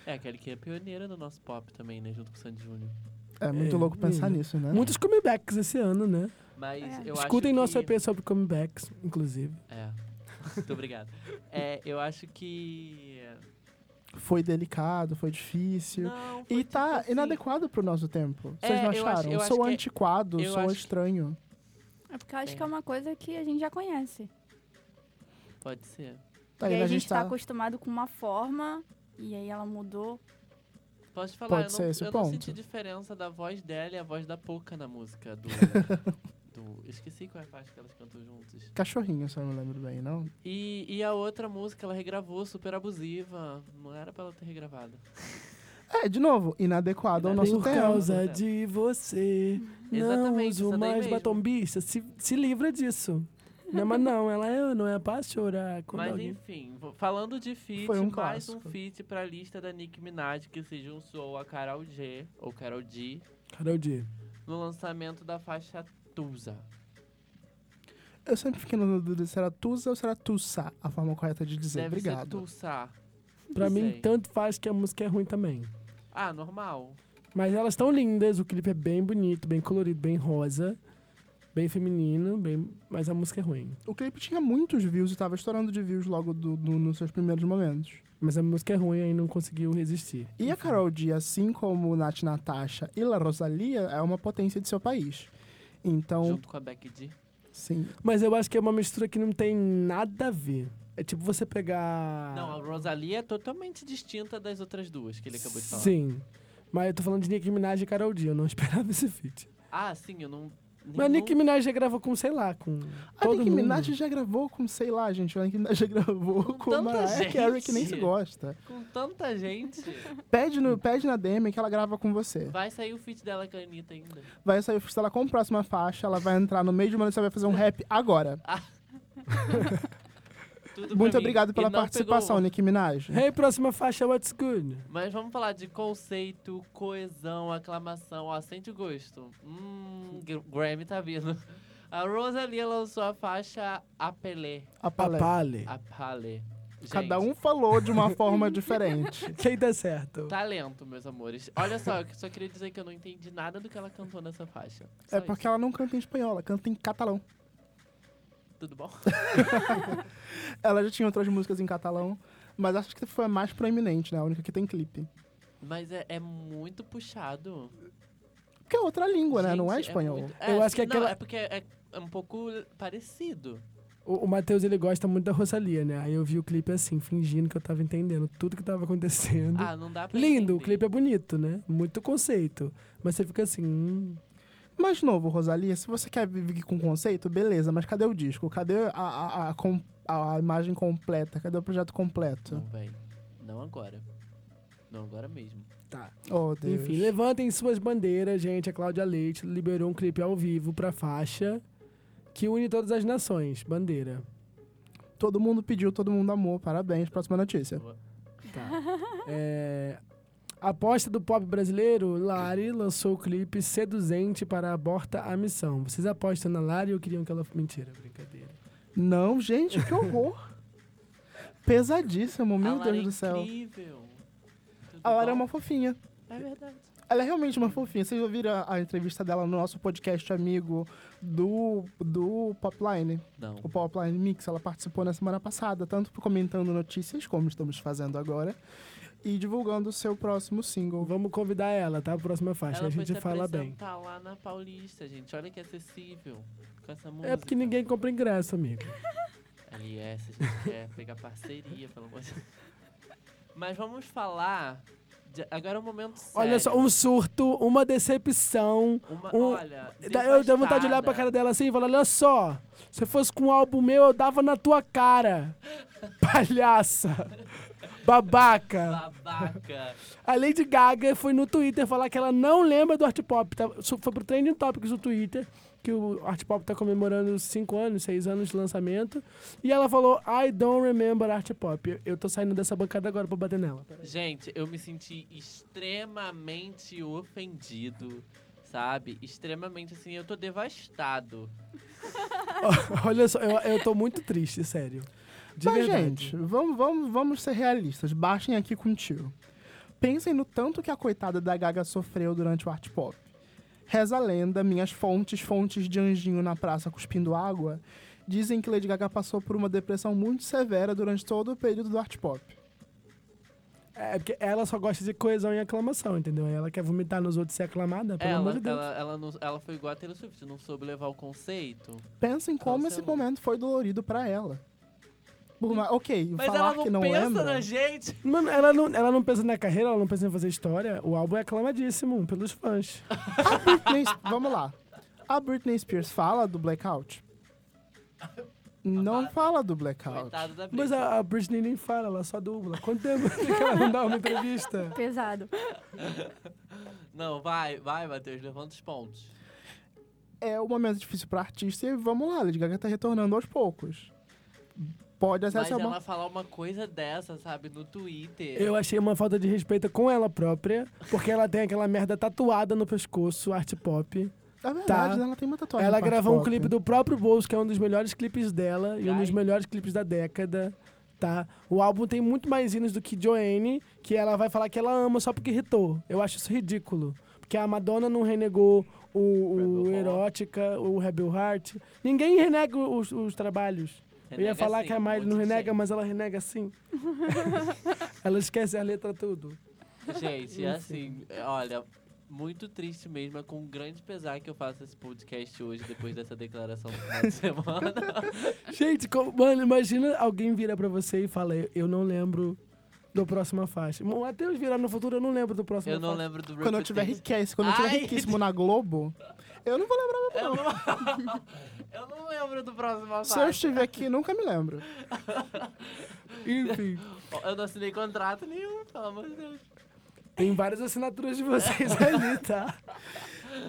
Speaker 2: É, aquele que é pioneira no nosso pop também, né? Junto com o Sandy Júnior.
Speaker 3: É muito
Speaker 1: É,
Speaker 3: louco pensar
Speaker 1: menino.
Speaker 3: nisso, né?
Speaker 1: Muitos comebacks esse ano, né?
Speaker 2: Mas
Speaker 4: É.
Speaker 2: eu acho
Speaker 1: Escutem
Speaker 2: que...
Speaker 1: nosso EP sobre comebacks, inclusive.
Speaker 2: É. <laughs> Muito obrigado. É, eu acho que...
Speaker 3: Foi delicado, foi difícil.
Speaker 2: Não, foi
Speaker 3: E tá
Speaker 2: tipo assim,
Speaker 3: inadequado pro nosso tempo. Vocês
Speaker 2: É,
Speaker 3: não
Speaker 2: eu acho-
Speaker 3: acharam?
Speaker 2: eu acho
Speaker 3: sou
Speaker 2: que é-
Speaker 3: antiquado,
Speaker 2: eu
Speaker 3: sou
Speaker 2: acho que-
Speaker 3: estranho.
Speaker 4: É porque eu acho
Speaker 2: Sim.
Speaker 4: que é uma coisa que a gente já conhece.
Speaker 2: Pode ser.
Speaker 3: Tá,
Speaker 4: e
Speaker 3: aí
Speaker 4: aí
Speaker 3: a gente tá...
Speaker 4: acostumado com uma forma, e aí ela mudou.
Speaker 2: Pode falar,
Speaker 3: Pode
Speaker 2: eu,
Speaker 3: ser
Speaker 2: não,
Speaker 3: esse
Speaker 2: eu
Speaker 3: ponto.
Speaker 2: não senti diferença da voz dela e a voz da Poca na música
Speaker 3: <laughs>
Speaker 2: do... do... Esqueci qual é a parte que elas cantam juntos.
Speaker 3: Cachorrinho, se eu não lembro bem, não?
Speaker 2: E, e a outra música, ela regravou, super abusiva. Não era pra ela ter regravado.
Speaker 3: É, de novo, inadequado ao
Speaker 2: Por
Speaker 3: nosso
Speaker 1: Por
Speaker 3: tempo.
Speaker 1: causa de você. Não
Speaker 2: Uhum. Exatamente,
Speaker 1: uso
Speaker 2: essa daí
Speaker 1: mais
Speaker 2: mesmo.
Speaker 1: batom bicha. Se, se livra disso. Não, mas não, ela é, não é pra chorar. Quando
Speaker 2: Mas
Speaker 1: alguém...
Speaker 2: enfim, vo- falando de feat,
Speaker 3: Foi um
Speaker 2: mais
Speaker 3: clássico.
Speaker 2: um feat pra lista da Nicki Minaj que se juntou a Carol G, ou Carol G,
Speaker 1: Carol D.
Speaker 2: no lançamento da faixa Tusa.
Speaker 3: Eu sempre fiquei na dúvida se era Tusa ou se era Tussa, a forma correta de dizer.
Speaker 2: Deve ser
Speaker 3: Obrigado.
Speaker 2: Tusa.
Speaker 1: Pra
Speaker 2: Não
Speaker 1: mim,
Speaker 2: sei.
Speaker 1: tanto faz que a música é ruim também.
Speaker 2: Ah, normal.
Speaker 1: Mas elas estão lindas, o clipe é bem bonito, bem colorido, bem rosa, bem feminino, bem... mas a música é ruim.
Speaker 3: O clipe tinha muitos views e tava estourando de views logo do, do- nos seus primeiros momentos.
Speaker 1: Mas a música é ruim e não conseguiu resistir.
Speaker 3: E
Speaker 2: Uhum.
Speaker 3: a Carol G, assim como Nath Natasha e La Rosalia, é uma potência de seu país. Então,
Speaker 2: Junto com a Becky D.
Speaker 3: sim.
Speaker 1: Mas eu acho que é uma mistura que não tem nada a ver. É tipo você
Speaker 3: ah.
Speaker 1: pegar.
Speaker 2: Não, a Rosalie é totalmente distinta das outras duas que ele acabou de falar.
Speaker 1: Sim. Mas eu tô falando de Nicki Minaj e Karol D, eu não <laughs> esperava esse feat.
Speaker 2: Ah, sim, eu não.
Speaker 1: Mas
Speaker 2: nenhum-
Speaker 1: Nicki Minaj já gravou com, sei lá, com.
Speaker 3: A
Speaker 1: todo
Speaker 3: Nicki
Speaker 1: mundo.
Speaker 3: Minaj já gravou com, sei lá, gente, a Nicki Minaj <laughs> já gravou com,
Speaker 2: tanta
Speaker 3: Mariah Carey, que nem
Speaker 2: gente.
Speaker 3: se gosta.
Speaker 2: Com tanta
Speaker 3: <laughs>
Speaker 2: gente.
Speaker 3: Pede, no, pede na DM que ela grava com você.
Speaker 2: Vai sair o feat dela com a Anitta ainda.
Speaker 3: Vai sair o freestyle dela com a próxima faixa, ela vai entrar no meio de uma noite, você vai fazer um rap agora.
Speaker 2: Tudo Ah, pra
Speaker 3: Muito
Speaker 2: mim.
Speaker 3: obrigado
Speaker 2: E
Speaker 3: pela
Speaker 2: não
Speaker 3: participação,
Speaker 2: pegou-
Speaker 3: Nicki Minaj.
Speaker 1: Hey, próxima faixa, what's good?
Speaker 2: Mas vamos falar de conceito, coesão, aclamação. Ó, sente o gosto. Hum, Gr- Grammy tá
Speaker 3: <laughs>
Speaker 2: vindo. A Rosalie lançou a faixa Apelé.
Speaker 3: A palestra.
Speaker 1: Papale.
Speaker 2: Ah. Apale. Gente,
Speaker 3: Cada um falou de
Speaker 2: <laughs>
Speaker 3: uma forma diferente.
Speaker 1: Quem dá certo?
Speaker 2: Tá. Talento, meus amores. Olha só, eu só queria dizer que eu não entendi nada do que ela cantou nessa faixa. Só
Speaker 3: É porque ela não canta em espanhol, ela canta em catalão.
Speaker 2: isso. Tudo bom?
Speaker 3: Ela já tinha outras músicas em catalão, mas acho que foi a mais proeminente, né? A única que tem clipe.
Speaker 2: Mas é, é muito puxado.
Speaker 3: Porque é outra língua, né? Não é
Speaker 2: Gente,
Speaker 3: espanhol.
Speaker 2: muito-
Speaker 1: Eu acho que
Speaker 2: não,
Speaker 1: aquela-
Speaker 2: é porque é, é um pouco parecido.
Speaker 1: O, o Matheus, ele gosta muito da Rosalia, né? Aí eu vi o clipe assim, fingindo que eu tava entendendo tudo que tava acontecendo.
Speaker 2: Ah, não dá pra
Speaker 1: Lindo, o
Speaker 2: entender.
Speaker 1: clipe é bonito, né? Muito conceito. Mas você fica assim, hum,
Speaker 3: Mas, de novo, Rosalia, se você quer vir com conceito, beleza, mas cadê o disco? Cadê a, a, a, com- a imagem completa? Cadê o projeto completo?
Speaker 2: Não, véi. Não agora. Não agora mesmo.
Speaker 1: tá.
Speaker 3: Oh, Deus.
Speaker 1: Enfim, levantem suas bandeiras, gente. A Cláudia Leite liberou um clipe ao vivo pra faixa que une todas as nações. Bandeira.
Speaker 3: Todo mundo pediu, todo mundo amou. Parabéns. Próxima notícia.
Speaker 1: Tá. É, a aposta do pop brasileiro, Lari, lançou o clipe Seduzente para Aborta a Missão. Vocês apostam na Lari ou queriam que ela... Mentira, brincadeira.
Speaker 3: Não, gente, que horror. Pesadíssimo, meu
Speaker 2: a Lara
Speaker 3: Deus
Speaker 2: é
Speaker 3: do céu.
Speaker 2: Incrível. Tudo
Speaker 3: A Lara é
Speaker 2: bom?
Speaker 3: uma fofinha.
Speaker 2: É verdade.
Speaker 3: Ela é realmente uma fofinha. Vocês ouviram a, a entrevista dela no nosso podcast amigo do, do Popline,
Speaker 2: Não.
Speaker 3: o Popline Mix. Ela participou na semana passada, tanto comentando notícias, como estamos fazendo agora, e divulgando o seu próximo single.
Speaker 1: Vamos convidar ela, tá? Próxima faixa.
Speaker 2: Ela
Speaker 1: a gente
Speaker 2: foi se
Speaker 1: fala bem.
Speaker 2: apresentar lá na Paulista, gente. Olha que acessível. Com essa música.
Speaker 1: É porque ninguém compra ingresso, amigo.
Speaker 2: Ali é, se a gente quer pegar parceria, pelo amor de Deus. Mas vamos falar. de- Agora é um momento sério.
Speaker 1: Olha só, um surto, uma decepção.
Speaker 2: Uma,
Speaker 1: um-
Speaker 2: olha,
Speaker 1: Da- Eu dei vontade de olhar pra
Speaker 2: devastada.
Speaker 1: cara dela assim e falar: Olha só, se fosse com um álbum meu, eu dava na tua
Speaker 3: <laughs>
Speaker 1: cara. Palhaça. Babaca.
Speaker 2: Babaca.
Speaker 1: A Lady Gaga foi no Twitter falar que ela não lembra do Art Pop. Tá- su- Foi pro Trending Topics do Twitter, que o Art Pop tá comemorando 5 anos, 6 anos de lançamento. E ela falou: I don't remember Art Pop. Eu- Eu tô saindo dessa bancada agora pra bater
Speaker 3: <laughs>
Speaker 1: nela.
Speaker 2: Gente, eu me senti extremamente ofendido, sabe? Extremamente assim, eu tô devastado.
Speaker 1: Olha só, eu, eu tô muito triste, sério. De
Speaker 3: Mas,
Speaker 1: verdade.
Speaker 3: gente, vamos, vamos, vamos ser realistas. Baixem aqui com o tio. Pensem no tanto que a coitada da Gaga sofreu durante o art pop. Reza a lenda, minhas fontes, fontes de anjinho na praça cuspindo água, dizem que Lady Gaga passou por uma depressão muito severa durante todo o período do art pop.
Speaker 1: É porque ela só gosta de coesão e aclamação, entendeu? Ela quer vomitar nos outros e ser aclamada, pelo
Speaker 2: Ela,
Speaker 1: amor de Deus.
Speaker 2: ela, ela, não, ela foi igual a Taylor Swift, não soube levar o conceito.
Speaker 3: Pensem como esse
Speaker 2: Cancelou.
Speaker 3: momento foi dolorido pra ela. Por mais- ok,
Speaker 2: Mas
Speaker 3: falar
Speaker 2: ela não,
Speaker 3: que não
Speaker 2: pensa
Speaker 3: lembra. <laughs>
Speaker 2: na gente.
Speaker 1: Mano, ela não, ela não pensa na carreira, ela não pensa em fazer história. O álbum é aclamadíssimo pelos fãs.
Speaker 2: <laughs>
Speaker 3: A Britney, vamos lá. A Britney Spears fala do blackout? Não fala do blackout.
Speaker 2: Coitada da Britney.
Speaker 1: Mas a, a Britney nem fala, ela só dubla. Quanto tempo <laughs> que ela não dá uma entrevista?
Speaker 4: Pesado. <laughs>
Speaker 1: é
Speaker 2: Não, vai, vai, Matheus, levanta os pontos.
Speaker 3: É um momento difícil pra artista e vamos lá, Lady Gaga tá retornando aos poucos. Pode
Speaker 2: Mas
Speaker 3: acessar
Speaker 2: ela
Speaker 3: uma.
Speaker 2: falar uma coisa dessa, sabe, no
Speaker 1: é
Speaker 2: Twitter.
Speaker 1: Eu achei uma falta de respeito com ela própria, porque ela tem aquela merda tatuada no pescoço, arte pop.
Speaker 3: É verdade,
Speaker 1: Tá.
Speaker 3: né? ela tem uma tatuagem.
Speaker 1: Ela
Speaker 3: no parte
Speaker 1: gravou um
Speaker 3: pop.
Speaker 1: clipe do próprio Bolso, que é um dos melhores clipes dela e um dos
Speaker 2: Ai.
Speaker 1: melhores clipes da década, tá? O álbum tem muito mais hinos do que Joanne, que ela vai falar que ela ama só porque irritou. Eu acho isso ridículo. Porque a Madonna não renegou o, o
Speaker 2: Rebel Heart.
Speaker 1: Erótica, o Rebel Heart. Ninguém renega os, os trabalhos. Eu ia
Speaker 2: Renega
Speaker 1: falar
Speaker 2: sim,
Speaker 1: que a
Speaker 2: um
Speaker 1: Miley não
Speaker 2: monte de
Speaker 1: renega,
Speaker 2: gente.
Speaker 1: mas ela renega
Speaker 2: <laughs>
Speaker 1: sim. ela esquece a letra tudo.
Speaker 2: Gente, é assim, olha, muito triste mesmo, é com grande pesar que eu faço esse podcast hoje, depois dessa declaração do final
Speaker 1: <laughs>
Speaker 2: de semana.
Speaker 1: Gente, como- mano, imagina alguém vira pra você e fala, "Eu- eu não lembro do próxima faixa. Bom, até os virar no futuro, eu não lembro do próximo
Speaker 2: Eu não
Speaker 1: faixa.
Speaker 2: lembro do
Speaker 3: Quando eu tiver
Speaker 2: Reputation.
Speaker 3: riquíssimo, quando eu tiver
Speaker 2: Ai.
Speaker 3: riquíssimo na Globo, eu não vou lembrar meu
Speaker 2: Eu não, <laughs> eu não lembro do próximo
Speaker 3: Se eu
Speaker 2: fase.
Speaker 3: estiver aqui, nunca me lembro.
Speaker 2: <laughs>
Speaker 1: Enfim,
Speaker 2: Eu não assinei contrato nenhum, pelo amor de Deus.
Speaker 1: tem várias assinaturas de vocês <laughs> ali, tá?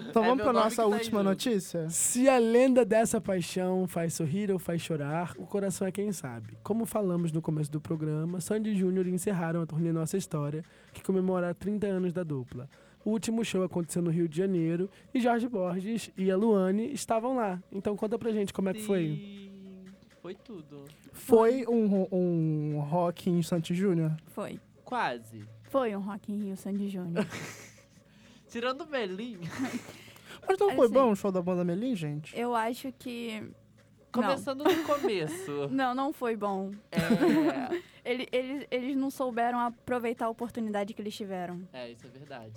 Speaker 3: Então
Speaker 2: É
Speaker 3: vamos
Speaker 2: meu
Speaker 3: pra
Speaker 2: nome que
Speaker 3: nossa
Speaker 2: tá aí
Speaker 3: última
Speaker 2: junto.
Speaker 3: notícia?
Speaker 1: Se a lenda dessa paixão faz sorrir ou faz chorar, o coração é quem sabe. Como falamos no começo do programa, Sandy e Júnior encerraram a turnê Nossa História, que comemora 30 anos da dupla. O último show aconteceu no Rio de Janeiro e Jorge Borges e a Luane estavam lá. Então conta pra gente como é que foi.
Speaker 2: Sim, Foi tudo.
Speaker 3: Foi um, ro- um rock em Santi Júnior?
Speaker 4: Foi.
Speaker 2: Quase.
Speaker 4: Foi um Rock in Rio
Speaker 1: <laughs>
Speaker 4: Sandy Júnior.
Speaker 2: Tirando Berlim,
Speaker 3: Mas não
Speaker 4: É
Speaker 3: foi
Speaker 4: assim.
Speaker 3: bom o show da banda Melim, gente?
Speaker 4: Eu acho que...
Speaker 2: começando do
Speaker 1: <laughs>
Speaker 2: começo.
Speaker 4: Não, não foi bom.
Speaker 2: É,
Speaker 4: Ele- eles, eles não souberam aproveitar a oportunidade que eles tiveram.
Speaker 2: é, isso é verdade.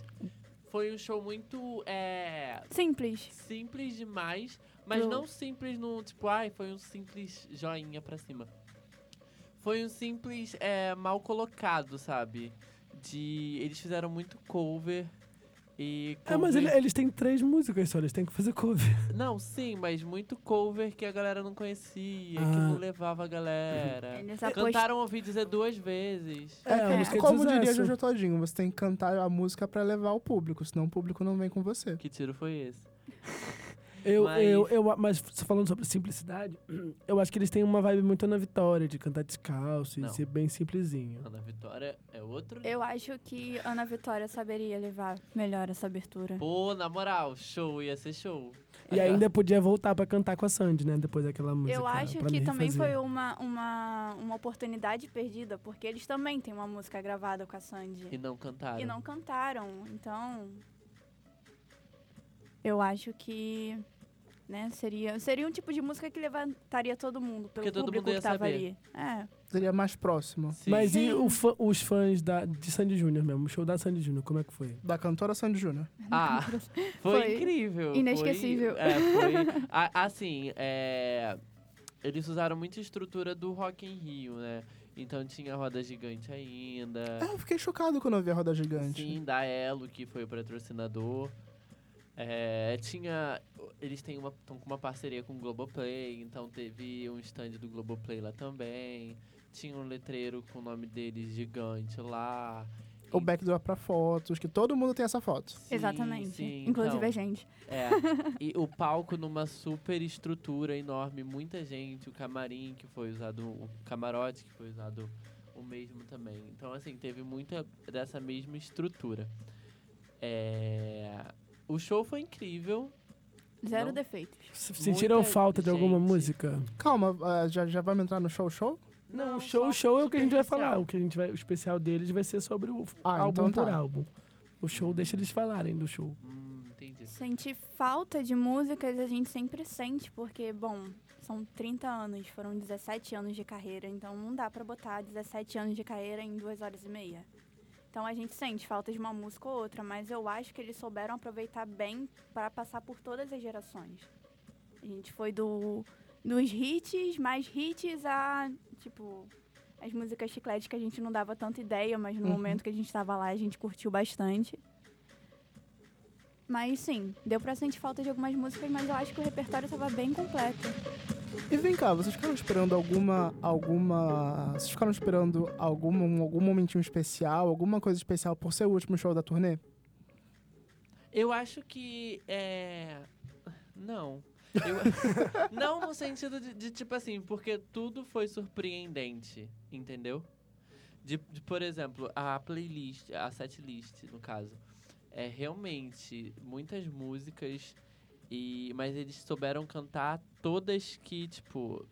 Speaker 2: Foi um show muito é,
Speaker 4: Simples.
Speaker 2: simples demais, mas
Speaker 4: Não.
Speaker 2: não simples no tipo, ai, foi um simples joinha pra cima. Foi um simples é, mal colocado, sabe? De eles fizeram muito cover e
Speaker 1: É, mas
Speaker 2: cover-
Speaker 1: ele- eles têm três músicas só, eles têm que fazer cover.
Speaker 2: não, sim, mas muito cover que a galera não conhecia, que
Speaker 1: Ah.
Speaker 2: não levava a galera.
Speaker 4: Eles apostaram.
Speaker 2: Cantaram ouvi dizer duas vezes.
Speaker 1: É, a
Speaker 4: É.
Speaker 1: música de
Speaker 3: Como
Speaker 1: sucesso.
Speaker 3: diria Jojo Todinho, você tem que cantar a música pra levar o público, senão o público não vem com você.
Speaker 2: Que tiro foi esse?
Speaker 1: Eu,
Speaker 2: Mas-
Speaker 1: eu, eu, mas falando sobre simplicidade, <clears throat> eu acho que eles têm uma vibe muito na Vitória, de cantar descalço e
Speaker 2: Não.
Speaker 1: ser bem simplesinho.
Speaker 2: Ana Vitória é outro.
Speaker 4: Eu acho que Ana Vitória saberia levar melhor essa abertura.
Speaker 2: Pô, na moral, show, ia ser show.
Speaker 1: E ainda podia voltar pra cantar com a Sandy, né? Depois daquela música.
Speaker 4: Eu acho
Speaker 1: pra
Speaker 4: que
Speaker 1: mim
Speaker 4: também
Speaker 1: fazer.
Speaker 4: foi uma, uma, uma oportunidade perdida, porque eles também têm uma música gravada com a Sandy.
Speaker 2: E não cantaram.
Speaker 4: E não cantaram, então. Eu acho que. Né, seria, seria um tipo de música que levantaria todo mundo, pelo
Speaker 2: Porque todo
Speaker 4: público
Speaker 2: mundo ia
Speaker 4: que tava
Speaker 2: saber.
Speaker 4: ali. É.
Speaker 3: Seria mais próximo.
Speaker 2: Sim.
Speaker 1: Mas e
Speaker 4: Sim.
Speaker 1: o fã- os fãs da, de Sandy Júnior mesmo? O show da Sandy Júnior, como é que foi?
Speaker 3: Da cantora Sandy Júnior.
Speaker 2: Ah, <laughs> foi,
Speaker 4: Foi
Speaker 2: incrível.
Speaker 4: inesquecível.
Speaker 2: Foi, é,
Speaker 4: <laughs>
Speaker 2: foi- a- assim, é, eles usaram muita estrutura do Rock in Rio, né? Então tinha roda gigante ainda.
Speaker 3: É, eu fiquei chocado quando eu vi a Roda Gigante.
Speaker 2: Sim, da Elo, que foi o patrocinador. É, tinha. Eles têm uma, estão com uma parceria com o Globoplay, então teve um stand do Globoplay lá também. Tinha um letreiro com o nome deles gigante lá.
Speaker 3: O backdoor pra fotos, que todo mundo tem essa foto.
Speaker 2: Sim,
Speaker 4: Exatamente.
Speaker 2: sim,
Speaker 4: Inclusive
Speaker 2: então,
Speaker 4: a gente.
Speaker 2: É. E o palco numa super estrutura enorme, muita gente, o camarim que foi usado, o camarote que foi usado o mesmo também. Então, assim, teve muita dessa mesma estrutura. É, O show foi incrível.
Speaker 4: Zero
Speaker 2: Não.
Speaker 4: defeitos.
Speaker 1: S- Sentiram
Speaker 2: Muita
Speaker 1: falta de alguma
Speaker 2: gente.
Speaker 1: música?
Speaker 3: Calma, ah, já, já vamos entrar no show show?
Speaker 1: Não, o show, o show é o que a gente vai falar. O que a gente vai, o especial deles vai ser sobre o
Speaker 3: Ah,
Speaker 1: álbum
Speaker 3: então tá.
Speaker 1: por álbum. O show deixa eles falarem do show.
Speaker 2: Hum, entendi.
Speaker 4: Sentir falta de músicas a gente sempre sente, porque, bom, são 30 anos, foram 17 anos de carreira, então não dá pra botar 17 anos de carreira em duas horas e meia. Então a gente sente falta de uma música ou outra, mas eu acho que eles souberam aproveitar bem pra passar por todas as gerações. A gente foi do dos hits, mais hits a, tipo, as músicas chiclete que a gente não dava tanta ideia, mas no
Speaker 3: Uhum.
Speaker 4: momento que a gente tava lá, a gente curtiu bastante. Mas sim, deu pra sentir falta de algumas músicas, mas eu acho que o repertório tava bem completo.
Speaker 3: E vem cá, vocês ficaram esperando alguma. alguma. Vocês ficaram esperando algum, algum momentinho especial, alguma coisa especial por ser o último show da turnê?
Speaker 2: Eu acho que. É... Não. Eu- <laughs> não no sentido de, de, tipo assim, porque tudo foi surpreendente, entendeu? De, de, por exemplo, a playlist, a setlist, no caso. É realmente muitas músicas, e mas eles souberam cantar todas que, tipo.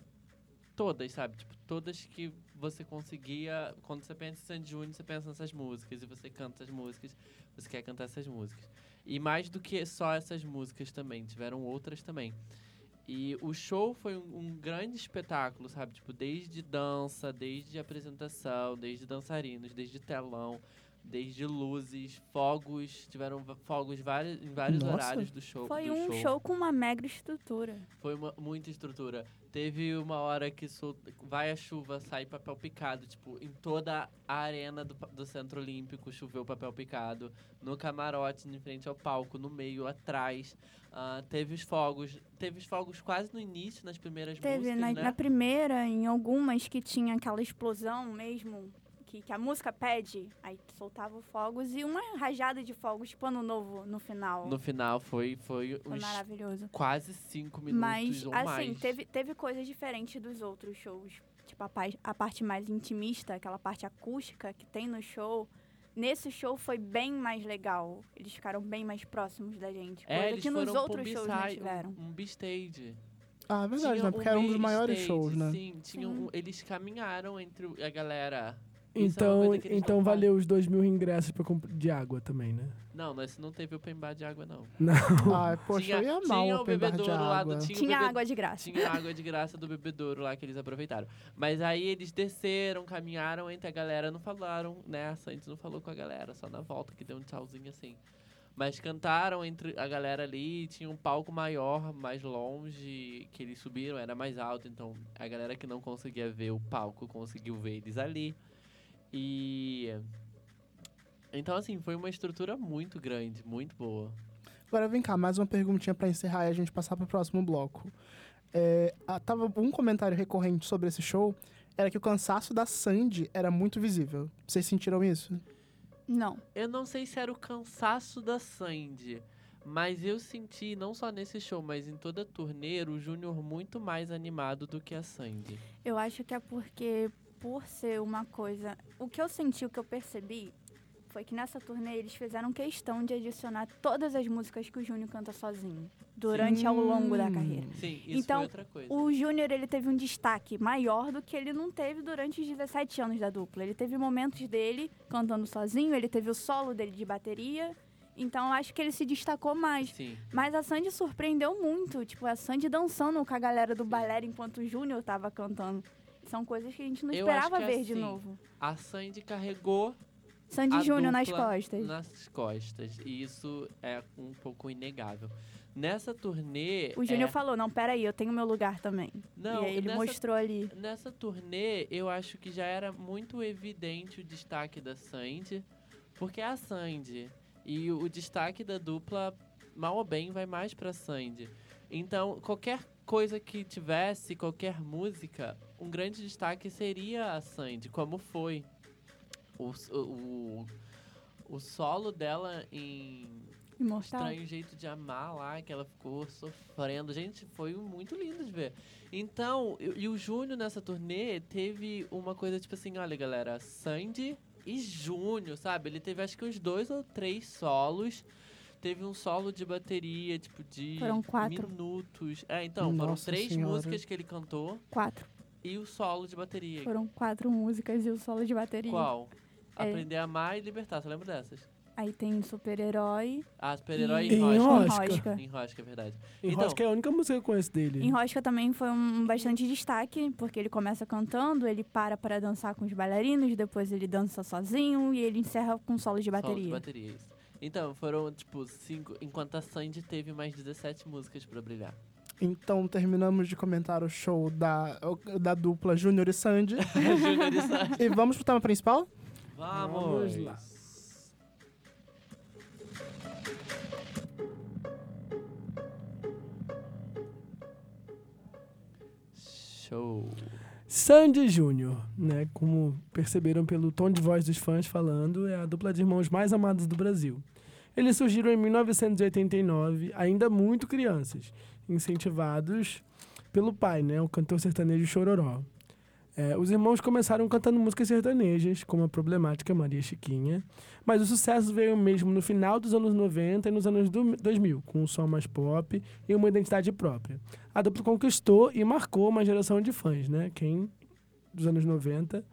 Speaker 2: Todas, sabe? Tipo, todas que você conseguia. Quando você pensa em Sandy Júnior, você pensa nessas músicas. E você canta essas músicas, você quer cantar essas músicas. E mais do que só essas músicas também, tiveram outras também. E o show foi um, um grande espetáculo, sabe? Tipo, desde dança, desde apresentação, desde dançarinos, desde telão, desde luzes, fogos. Tiveram va- fogos vários, em vários
Speaker 3: Nossa.
Speaker 2: horários do show.
Speaker 4: Foi
Speaker 2: do
Speaker 4: um
Speaker 2: show.
Speaker 4: show com uma mega estrutura.
Speaker 2: Foi uma, muita estrutura. Teve uma hora que sol- vai a chuva, sai papel picado. Tipo, em toda a arena do, pa- do Centro Olímpico choveu papel picado. No camarote, em frente ao palco, no meio, atrás. Ah, teve os fogos. Teve os fogos quase no início, nas primeiras
Speaker 4: Teve
Speaker 2: músicas,
Speaker 4: na,
Speaker 2: né?
Speaker 4: na primeira, em algumas que tinha aquela explosão mesmo, que, que a música pede, aí soltava fogos e uma rajada de fogos, tipo ano novo no final.
Speaker 2: No final foi, foi
Speaker 4: Foi
Speaker 2: uns
Speaker 4: maravilhoso.
Speaker 2: quase cinco minutos
Speaker 4: Mas,
Speaker 2: ou
Speaker 4: assim,
Speaker 2: mais.
Speaker 4: Teve, teve coisas diferentes dos outros shows. Tipo, a, paz- a parte mais intimista, aquela parte acústica que tem no show. Nesse show foi bem mais legal. Eles ficaram bem mais próximos da gente.
Speaker 2: É,
Speaker 4: Coisa
Speaker 2: eles
Speaker 4: que nos
Speaker 2: foram pra um
Speaker 4: outros shows não
Speaker 2: B-side,
Speaker 4: tiveram.
Speaker 2: Um, um B-stage.
Speaker 3: Ah, é verdade,
Speaker 2: Tinha
Speaker 3: né? Porque era um dos
Speaker 2: main
Speaker 3: maiores
Speaker 2: stage,
Speaker 3: shows, né?
Speaker 2: Sim, tinha um- eles caminharam entre o- a galera. Isso é uma
Speaker 1: Então,
Speaker 2: coisa que eles
Speaker 1: então
Speaker 2: não fazem.
Speaker 1: valeu os dois mil ingressos pra comp- de água também, né?
Speaker 2: Não, mas não teve open bar de água, não.
Speaker 3: <laughs> Ah, poxa, eu ia mal
Speaker 2: tinha
Speaker 3: o
Speaker 2: o
Speaker 3: open bar de
Speaker 2: bebedouro lá, do-
Speaker 3: água.
Speaker 2: tinha, um o
Speaker 4: Tinha
Speaker 2: bebe-
Speaker 4: água de graça.
Speaker 2: Tinha água de graça do bebedouro lá que eles aproveitaram. Mas aí eles desceram, caminharam entre a galera, não falaram, né? A Sandy não falou com a galera, só na volta que deu um tchauzinho assim. Mas cantaram entre a galera ali, tinha um palco maior, mais longe, que eles subiram, era mais alto, então a galera que não conseguia ver o palco conseguiu ver eles ali. E. Então, assim, foi uma estrutura muito grande, muito boa.
Speaker 3: Agora vem cá, mais uma perguntinha pra encerrar e a gente passar pro próximo bloco. É, ah, tava um comentário recorrente sobre esse show era que o cansaço da Sandy era muito visível. Vocês sentiram isso?
Speaker 4: Não.
Speaker 2: Eu não sei se era o cansaço da Sandy, mas eu senti, não só nesse show, mas em toda a turnê, o Júnior muito mais animado do que a Sandy.
Speaker 4: Eu acho que é porque, por ser uma coisa. O que eu senti, o que eu percebi, foi que nessa turnê eles fizeram questão de adicionar todas as músicas que o Júnior canta sozinho durante ao longo da
Speaker 3: Hum.
Speaker 4: carreira.
Speaker 2: Sim, isso
Speaker 4: Então,
Speaker 2: foi outra coisa.
Speaker 4: O Júnior ele teve um destaque maior do que ele não teve durante os 17 anos da dupla. Ele teve momentos dele cantando sozinho, ele teve o solo dele de bateria. Então eu acho que ele se destacou mais.
Speaker 2: Sim,
Speaker 4: Mas a Sandy surpreendeu muito. Tipo, a Sandy dançando com a galera do balé enquanto o Júnior tava cantando. São coisas que a gente não
Speaker 2: Eu
Speaker 4: esperava
Speaker 2: acho que é
Speaker 4: ver de
Speaker 2: assim.
Speaker 4: novo.
Speaker 2: a Sandy carregou
Speaker 4: Sandy
Speaker 2: a
Speaker 4: Júnior nas
Speaker 2: dupla
Speaker 4: costas.
Speaker 2: nas costas, e isso é um pouco inegável. Nessa turnê...
Speaker 4: O Júnior
Speaker 2: é,
Speaker 4: falou, não, peraí, eu tenho meu lugar também.
Speaker 2: não,
Speaker 4: e aí ele
Speaker 2: nessa
Speaker 4: mostrou ali.
Speaker 2: Nessa turnê, eu acho que já era muito evidente o destaque da Sandy, porque é a Sandy. E o, o destaque da dupla, mal ou bem, vai mais pra Sandy. Então, qualquer coisa que tivesse, qualquer música, um grande destaque seria a Sandy, como foi. O, s- o, o- o solo dela em
Speaker 4: Imortal.
Speaker 2: Estranho Jeito de Amar lá, que ela ficou sofrendo. Gente, foi um muito lindo de ver. Então, e, e o Júnior nessa turnê teve uma coisa tipo assim: olha galera, Sandy e Júnior, sabe? Ele teve acho que uns dois ou três solos. Teve um solo de bateria, tipo, de
Speaker 4: Foram quatro.
Speaker 2: minutos. É, então, foram
Speaker 3: Nossa
Speaker 2: três
Speaker 3: Senhora.
Speaker 2: músicas que ele cantou
Speaker 4: Quatro.
Speaker 2: e o solo de bateria.
Speaker 4: Foram quatro músicas e o solo de bateria.
Speaker 2: Qual?
Speaker 4: É.
Speaker 2: Aprender a amar e libertar, você lembra dessas?
Speaker 4: Aí tem super-herói.
Speaker 2: Ah, super-herói
Speaker 4: E-
Speaker 2: em Rosca.
Speaker 1: Enrosca.
Speaker 4: Enrosca.
Speaker 2: Em Rosca, é verdade.
Speaker 1: E
Speaker 2: Então-
Speaker 1: Rock é a única música que eu conheço dele.
Speaker 4: Em Rosca também foi um bastante destaque, porque ele começa cantando, ele para para dançar com os bailarinos, depois ele dança sozinho e ele encerra com solo
Speaker 2: Solo
Speaker 4: de
Speaker 2: de
Speaker 4: bateria.
Speaker 2: bateria, isso. Então, foram, tipo, cinco. Enquanto a Sandy teve mais 17 músicas pra brilhar.
Speaker 3: Então terminamos de comentar o show da, da dupla Júnior e Sandy.
Speaker 2: <laughs> Júnior e Sandy.
Speaker 3: e vamos pro tema principal?
Speaker 2: Vamos!
Speaker 1: Vamos lá.
Speaker 2: Show!
Speaker 1: Sandy Júnior, né? Como perceberam pelo tom de voz dos fãs falando, é a dupla de irmãos mais amados do Brasil. Eles surgiram em 1989, ainda muito crianças, incentivados pelo pai, né? O cantor sertanejo Chororó. É, os irmãos começaram cantando músicas sertanejas, como a problemática Maria Chiquinha, mas o sucesso veio mesmo no final dos anos 90 e nos anos do- 2000, com um som mais pop e uma identidade própria. A dupla conquistou e marcou uma geração de fãs, né? Quem dos anos 90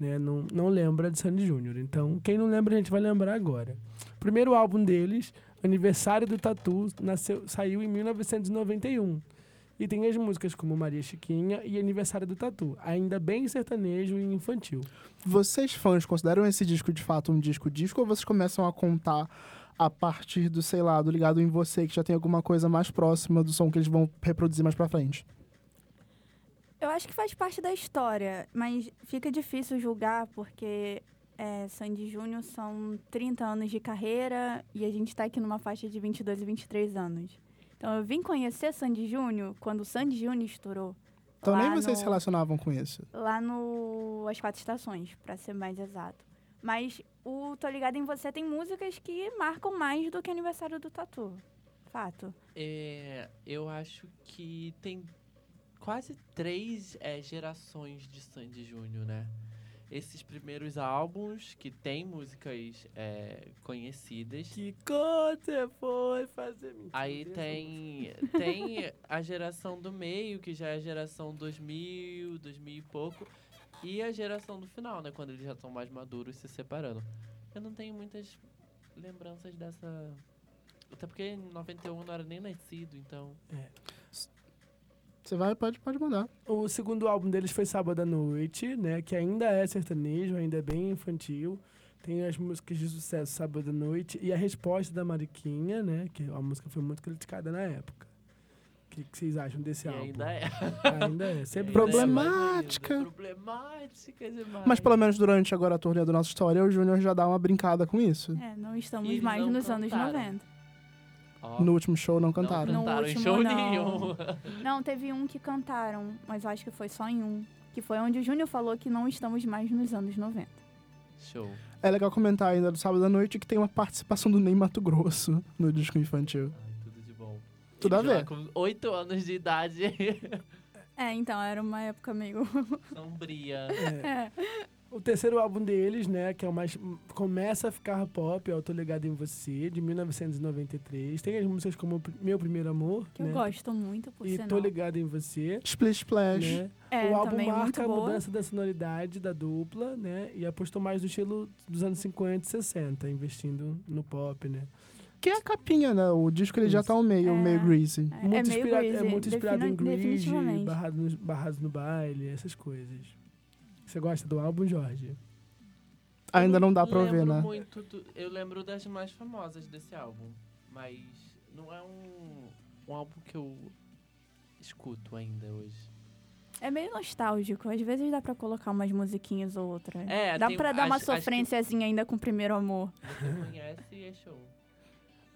Speaker 1: né, não, não lembra de Sandy Júnior. Então, quem não lembra, a gente vai lembrar agora. O primeiro álbum deles, Aniversário do Tatu nasceu, saiu em 1991. E tem as músicas como Maria Chiquinha e Aniversário do Tatu, ainda bem sertanejo e infantil.
Speaker 3: Vocês, fãs, consideram esse disco de fato um disco-disco ou vocês começam a contar a partir do, sei lá, do Ligado em Você, que já tem alguma coisa mais próxima do som que eles vão reproduzir mais pra frente?
Speaker 4: Eu acho que faz parte da história, mas fica difícil julgar porque é, Sandy Júnior são 30 anos de carreira e a gente está aqui numa faixa de 22 e 23 anos. Então eu vim conhecer Sandy Júnior quando o Sandy Júnior estourou.
Speaker 3: Então
Speaker 4: lá
Speaker 3: nem vocês
Speaker 4: no-
Speaker 3: se relacionavam com isso.
Speaker 4: Lá no As Quatro Estações, pra ser mais exato. Mas o Tô Ligado em Você tem músicas que marcam mais do que aniversário do Tatu. Fato.
Speaker 2: É, eu acho que tem quase três é, gerações de Sandy Júnior, né? Esses primeiros álbuns que tem músicas é, conhecidas.
Speaker 1: Que cor você foi fazer?
Speaker 2: <laughs>
Speaker 1: Mentira,
Speaker 2: Aí
Speaker 1: Deus.
Speaker 2: tem, tem a geração do meio, que já é a geração 2000, 2000 e pouco. E a geração do final, né? Quando eles já estão mais maduros se separando. Eu não tenho muitas lembranças dessa... Até porque em 91 eu não era nem nascido, então...
Speaker 3: Você vai, pode, pode mandar.
Speaker 1: O segundo álbum deles foi Sábado à Noite, né? Que ainda é sertanejo, ainda é bem infantil. Tem as músicas de sucesso Sábado à Noite e a resposta da Mariquinha, né? Que a música foi muito criticada na época. O que, que vocês acham desse
Speaker 2: E
Speaker 1: álbum?
Speaker 2: ainda é.
Speaker 1: Ainda é.
Speaker 2: <laughs> Ainda
Speaker 1: Sempre
Speaker 2: é
Speaker 1: problema.
Speaker 3: Problemática.
Speaker 2: mais ainda, Problemática demais.
Speaker 3: Mas pelo menos durante agora a turnê do Nossa História, o Júnior já dá uma brincada com isso.
Speaker 4: É, não estamos
Speaker 2: E eles
Speaker 4: mais
Speaker 2: não
Speaker 4: nos anos
Speaker 2: cantaram.
Speaker 4: 90.
Speaker 2: Ó,
Speaker 3: No último show não cantaram.
Speaker 2: Não
Speaker 4: No
Speaker 2: cantaram em
Speaker 4: último,
Speaker 2: show
Speaker 4: não.
Speaker 2: nenhum. <laughs>
Speaker 4: Não, teve um que cantaram, mas eu acho que foi só em um. Que foi onde o Júnior falou que não estamos mais nos anos 90.
Speaker 2: Show.
Speaker 3: É legal comentar ainda do sábado à noite que tem uma participação do Ney Mato Grosso no disco infantil.
Speaker 2: Ai, tudo de bom.
Speaker 3: Tudo a
Speaker 2: Eles lá
Speaker 3: ver.
Speaker 2: Com 8 anos de idade. <laughs>
Speaker 4: É, então, era uma época meio. <laughs>
Speaker 2: Sombria.
Speaker 4: É.
Speaker 1: O terceiro álbum deles, né? Que é o mais. Começa a ficar pop, é o Tô Ligado em Você, de 1993. Tem as músicas como Meu Primeiro Amor.
Speaker 4: Que
Speaker 1: né?
Speaker 4: eu gosto muito, por
Speaker 1: E
Speaker 4: sinal.
Speaker 1: Tô Ligado em Você.
Speaker 3: Splish Splash.
Speaker 1: Né?
Speaker 4: É,
Speaker 1: o álbum
Speaker 4: também
Speaker 1: marca
Speaker 4: muito
Speaker 1: a
Speaker 4: boa.
Speaker 1: mudança da sonoridade da dupla, né? E apostou mais no estilo dos anos 50 e 60, investindo no pop, né?
Speaker 3: Que é a capinha, né? O disco ele já tá um meio,
Speaker 4: É.
Speaker 3: meio greasy.
Speaker 4: É,
Speaker 1: Muito
Speaker 4: é meio
Speaker 1: inspirado,
Speaker 4: Grease,
Speaker 1: é muito inspirado em
Speaker 4: defini-
Speaker 1: Grease,
Speaker 4: definitivamente.
Speaker 1: barrado no, Barrados no Baile, essas coisas. Você gosta do álbum, Jorge?
Speaker 3: Ainda
Speaker 2: Eu
Speaker 3: não dá pra ouvir,
Speaker 2: lembro
Speaker 3: né?
Speaker 2: muito do- eu lembro das mais famosas desse álbum, mas não é um, um álbum que eu escuto ainda hoje.
Speaker 4: É meio nostálgico. Às vezes dá pra colocar umas musiquinhas ou outras.
Speaker 2: É,
Speaker 4: dá
Speaker 2: tem-
Speaker 4: pra dar uma
Speaker 2: acho- acho que-
Speaker 4: sofrênciazinha ainda com o primeiro amor.
Speaker 2: Você conhece e é show.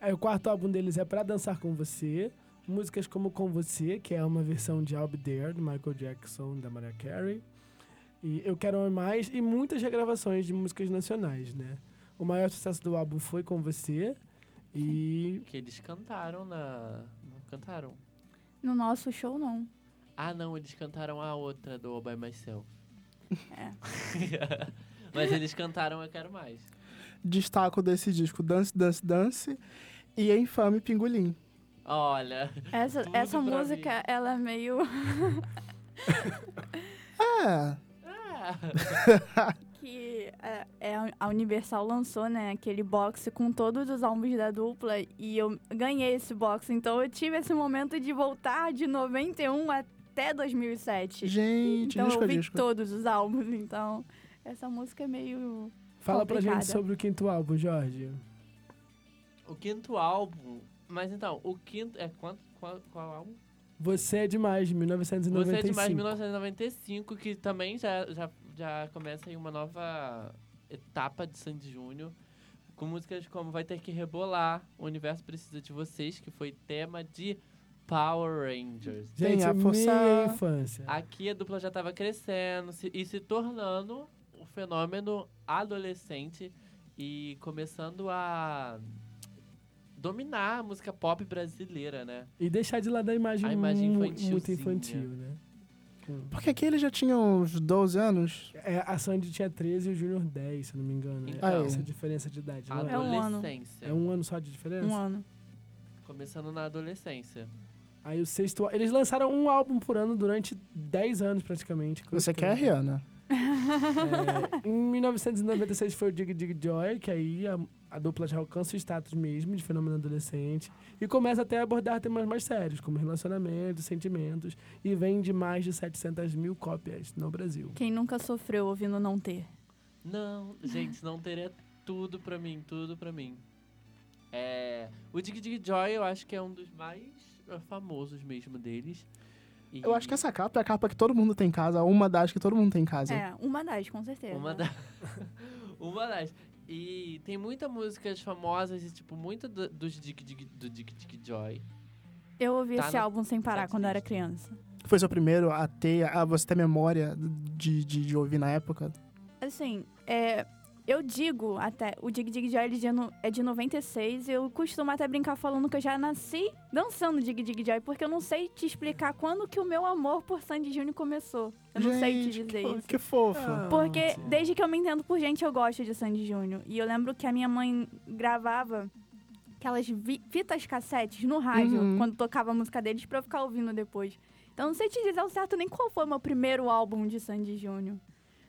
Speaker 1: Aí, o quarto álbum deles é Pra Dançar Com Você. Músicas como Com Você, que é uma versão de I'll Be There, do Michael Jackson, da Mariah Carey. E Eu Quero Amar Mais e muitas regravações de músicas nacionais, né? O maior sucesso do álbum foi Com Você. E
Speaker 2: Que eles cantaram na. Não cantaram?
Speaker 4: No nosso show, não.
Speaker 2: Ah, não, eles cantaram a outra do All By Myself.
Speaker 4: É.
Speaker 2: <laughs> mas eles cantaram Eu Quero Mais.
Speaker 3: Destaco desse disco Dance, Dance, Dance e a infame Pingolim.
Speaker 2: Olha,
Speaker 4: Essa,
Speaker 2: Tudo
Speaker 4: essa
Speaker 2: pra mim.
Speaker 4: música, ela é meio. <laughs>
Speaker 3: É,
Speaker 2: Ah,
Speaker 4: que é, é, a Universal lançou, né? Aquele box com todos os álbuns da dupla. E eu ganhei esse box. Então eu tive esse momento de voltar de 91 até 2007.
Speaker 3: gente,
Speaker 4: então
Speaker 3: disco
Speaker 4: eu
Speaker 3: é
Speaker 4: vi
Speaker 3: disco.
Speaker 4: todos os álbuns. Então essa música é meio.
Speaker 1: fala pra
Speaker 4: Complicada.
Speaker 1: gente sobre o quinto álbum, Jorge.
Speaker 2: o quinto álbum. Mas então, o quinto. É quanto? Qual, qual álbum?
Speaker 1: Você é demais, de 1995.
Speaker 2: Você é de mais 1995, que também já, já, já começa aí uma nova etapa de Sandy Júnior. Com músicas como Vai Ter Que Rebolar, O Universo Precisa de Vocês, que foi tema de Power Rangers.
Speaker 1: Gente,
Speaker 3: Tem a
Speaker 1: é minha
Speaker 3: força-
Speaker 1: infância.
Speaker 2: Aqui a dupla já estava crescendo se- e se tornando um fenômeno adolescente e começando a dominar a música pop brasileira, né?
Speaker 1: E deixar de lado a imagem,
Speaker 2: A imagem
Speaker 1: mu- muito
Speaker 2: infantilzinha.
Speaker 1: infantil, né?
Speaker 3: Porque aqui ele já tinha uns 12 anos.
Speaker 1: É, a Sandy tinha 13 e o Júnior 10, se eu não me engano.
Speaker 2: Então.
Speaker 1: é essa a diferença de idade. não
Speaker 4: É um ano.
Speaker 2: Adolescência.
Speaker 1: É um ano só de diferença?
Speaker 4: Um ano.
Speaker 2: Começando na adolescência.
Speaker 1: Aí o sexto. Eles lançaram um álbum por ano durante 10 anos, praticamente.
Speaker 3: Você quer a
Speaker 1: rir?
Speaker 3: Rihanna?
Speaker 1: É, Em 1996 foi o Dig Dig Joy, que aí a, a dupla já alcança o status mesmo de fenômeno adolescente e começa até a abordar temas mais sérios, como relacionamentos, sentimentos, e vende mais de 700 mil cópias no Brasil.
Speaker 4: Quem nunca sofreu ouvindo não ter?
Speaker 2: Não, gente, não teria tudo pra mim, tudo pra mim. É, o Dig Dig Joy eu acho que é um dos mais eh, famosos mesmo deles. E
Speaker 3: Eu acho que essa capa é a capa que todo mundo tem em casa, uma das que todo mundo tem em casa.
Speaker 4: É, uma das, com certeza.
Speaker 2: Uma das. <laughs> uma das. E tem muitas músicas famosas e, tipo, muito do, dos Dick Dick, do Dick Dick Joy.
Speaker 4: Eu ouvi
Speaker 2: Tá
Speaker 4: esse
Speaker 2: no-
Speaker 4: álbum sem parar
Speaker 2: Tá
Speaker 4: quando eu era
Speaker 2: triste.
Speaker 4: criança.
Speaker 3: Foi seu primeiro a ter, a você ter memória de, de, de ouvir na época?
Speaker 4: Assim, é, eu digo até, o Dig Dig Joy ele de no- é de 96 e eu costumo até brincar falando que eu já nasci dançando Dig Dig Joy, porque eu não sei te explicar quando que o meu amor por Sandy Júnior começou. Eu não sei te
Speaker 3: Gente,
Speaker 4: dizer
Speaker 3: que, fo-
Speaker 4: isso. Ah.
Speaker 3: Que fofo.
Speaker 4: Porque desde que eu me entendo por gente, eu gosto de Sandy Júnior. E eu lembro que a minha mãe gravava aquelas vi- fitas cassetes no rádio,
Speaker 3: Uhum.
Speaker 4: quando tocava a música deles, pra eu ficar ouvindo depois. Então, não sei te dizer ao certo nem qual foi o meu primeiro álbum de Sandy Júnior.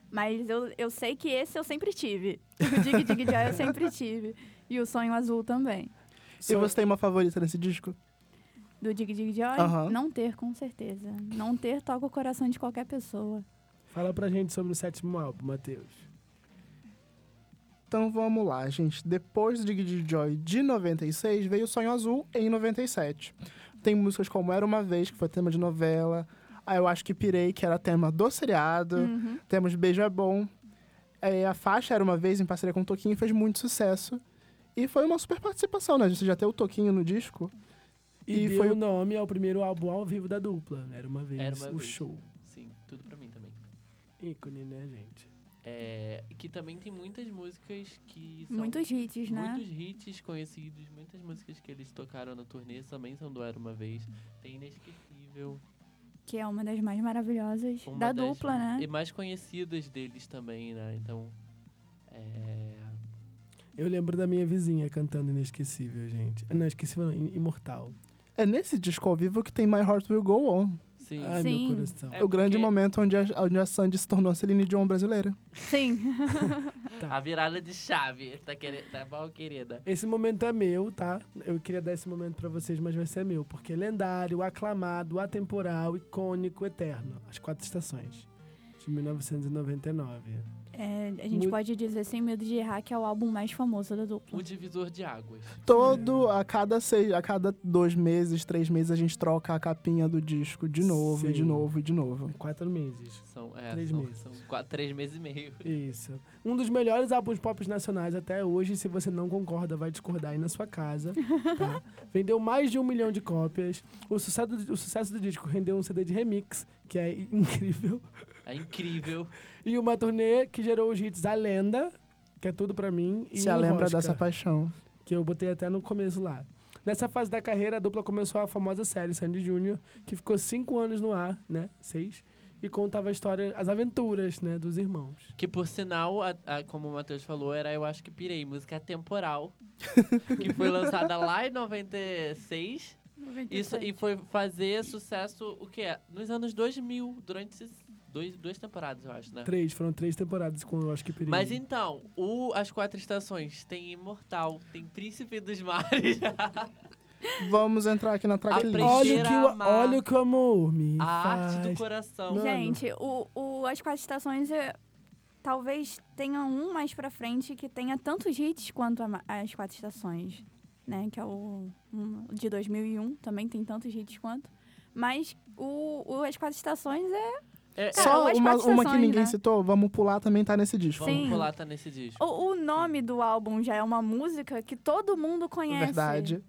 Speaker 4: Mas eu, eu sei que esse eu sempre tive. O Dig Dig Joy
Speaker 3: <laughs>
Speaker 4: eu sempre tive. E o Sonho Azul também.
Speaker 3: E você tem uma favorita nesse disco?
Speaker 4: Do Dig Dig Joy,
Speaker 3: Aham.
Speaker 4: não ter, com certeza. Não ter toca o coração de qualquer pessoa.
Speaker 1: Fala pra gente sobre o sétimo álbum, Matheus.
Speaker 3: Então vamos lá, gente. Depois do Dig Dig Joy de 96, veio o Sonho Azul em 97. Tem músicas como Era Uma Vez, que foi tema de novela. Aí eu acho que Pirei, que era tema do seriado.
Speaker 2: Hum.
Speaker 4: Uhum.
Speaker 3: Temos Beijo é Bom. É, a faixa Era Uma Vez, em parceria com o Toquinho, fez muito sucesso. E foi uma super participação, né? Você já tem o Toquinho no disco.
Speaker 1: E,
Speaker 3: E
Speaker 1: deu
Speaker 3: foi
Speaker 1: o
Speaker 3: o-
Speaker 1: nome ao primeiro álbum ao vivo da dupla. Era uma vez
Speaker 2: Era uma
Speaker 1: o
Speaker 2: vez.
Speaker 1: show.
Speaker 2: Sim, tudo pra mim também.
Speaker 1: Ícone, né, gente?
Speaker 2: É, que também tem muitas músicas que são
Speaker 4: Muitos hits, né?
Speaker 2: muitos hits conhecidos, muitas músicas que eles tocaram na turnê também são do Era Uma Vez. Tem Inesquecível.
Speaker 4: Que é uma das mais maravilhosas
Speaker 2: uma
Speaker 4: da
Speaker 2: das
Speaker 4: dupla, né?
Speaker 2: E mais conhecidas deles também, né? Então, é...
Speaker 1: Eu lembro da minha vizinha cantando Inesquecível, gente. Não, Inesquecível não, im- Imortal.
Speaker 3: É nesse disco ao vivo que tem My Heart Will Go On.
Speaker 2: Sim.
Speaker 1: Ai,
Speaker 4: Sim.
Speaker 1: meu coração.
Speaker 2: É
Speaker 3: É o grande
Speaker 2: porque-
Speaker 3: momento onde a, onde a Sandy se tornou a Celine Dion brasileira.
Speaker 4: <laughs> Sim.
Speaker 1: tá.
Speaker 2: A virada de chave. Tá, quere... tá bom, querida?
Speaker 1: Esse momento é meu, tá? Eu queria dar esse momento pra vocês, mas vai ser meu. Porque é lendário, aclamado, atemporal, icônico, eterno. As quatro estações. De 1999.
Speaker 4: É, a gente
Speaker 1: Mu-
Speaker 4: pode dizer sem medo de errar que é o álbum mais famoso da dupla.
Speaker 2: O divisor de águas.
Speaker 3: Todo, a cada seis, a cada dois meses, três meses, a gente troca a capinha do disco de novo, e de
Speaker 1: Sim.
Speaker 3: novo, e de novo.
Speaker 1: Quatro meses.
Speaker 2: São, é,
Speaker 1: Três
Speaker 2: são,
Speaker 1: meses.
Speaker 2: são quatro, três meses e meio.
Speaker 1: Isso. Um dos melhores álbuns pop nacionais até hoje. Se você não concorda, vai discordar aí na sua casa.
Speaker 3: <laughs>
Speaker 1: tá? Vendeu mais de um milhão de cópias. O sucesso, do, o sucesso do disco rendeu um CD de remix, que é <laughs> incrível.
Speaker 2: É incrível.
Speaker 1: E uma turnê que gerou os hits A Lenda, que é tudo pra mim. E
Speaker 3: Se a lembra
Speaker 1: Enrosca,
Speaker 3: dessa paixão.
Speaker 1: Que eu botei até no começo lá. Nessa fase da carreira, a dupla começou a famosa série Sandy Júnior, que ficou cinco anos no ar, né? Seis. E contava a história, as aventuras, né? Dos irmãos.
Speaker 2: Que por sinal, a- a- como o Matheus falou, era Eu Acho Que Pirei,
Speaker 1: <laughs>
Speaker 2: música temporal. que foi lançada lá em 96. Isso, e foi fazer sucesso, o que é? Nos anos 2000, durante esses dois, duas temporadas, eu acho, né?
Speaker 1: Três, foram três temporadas com Eu Acho Que Perigo.
Speaker 2: Mas então, o As Quatro Estações tem Imortal, tem Príncipe dos Mares. <laughs>
Speaker 3: Vamos entrar aqui na tracklist.
Speaker 2: Aprendi-
Speaker 1: Olha o
Speaker 2: Preencher
Speaker 1: que, o,
Speaker 2: a má-
Speaker 1: olha o que o amor me
Speaker 2: A
Speaker 1: faz.
Speaker 2: Arte do Coração.
Speaker 1: Mano.
Speaker 4: Gente, o, o As Quatro Estações é, talvez tenha um mais pra frente que tenha tantos hits quanto a ma- As Quatro Estações, né? Que é o um, de 2001, também tem tantos hits quanto. Mas o, o As Quatro Estações é...
Speaker 2: É,
Speaker 4: Cara,
Speaker 3: Só
Speaker 4: eu acho
Speaker 3: uma,
Speaker 4: quatro
Speaker 3: uma que
Speaker 4: estações,
Speaker 3: ninguém
Speaker 4: né?
Speaker 3: citou, vamos pular também tá nesse disco.
Speaker 2: Vamos
Speaker 4: Sim. Oh.
Speaker 2: pular, tá nesse disco.
Speaker 4: O, o nome do álbum já é uma música que todo mundo conhece.
Speaker 3: Verdade.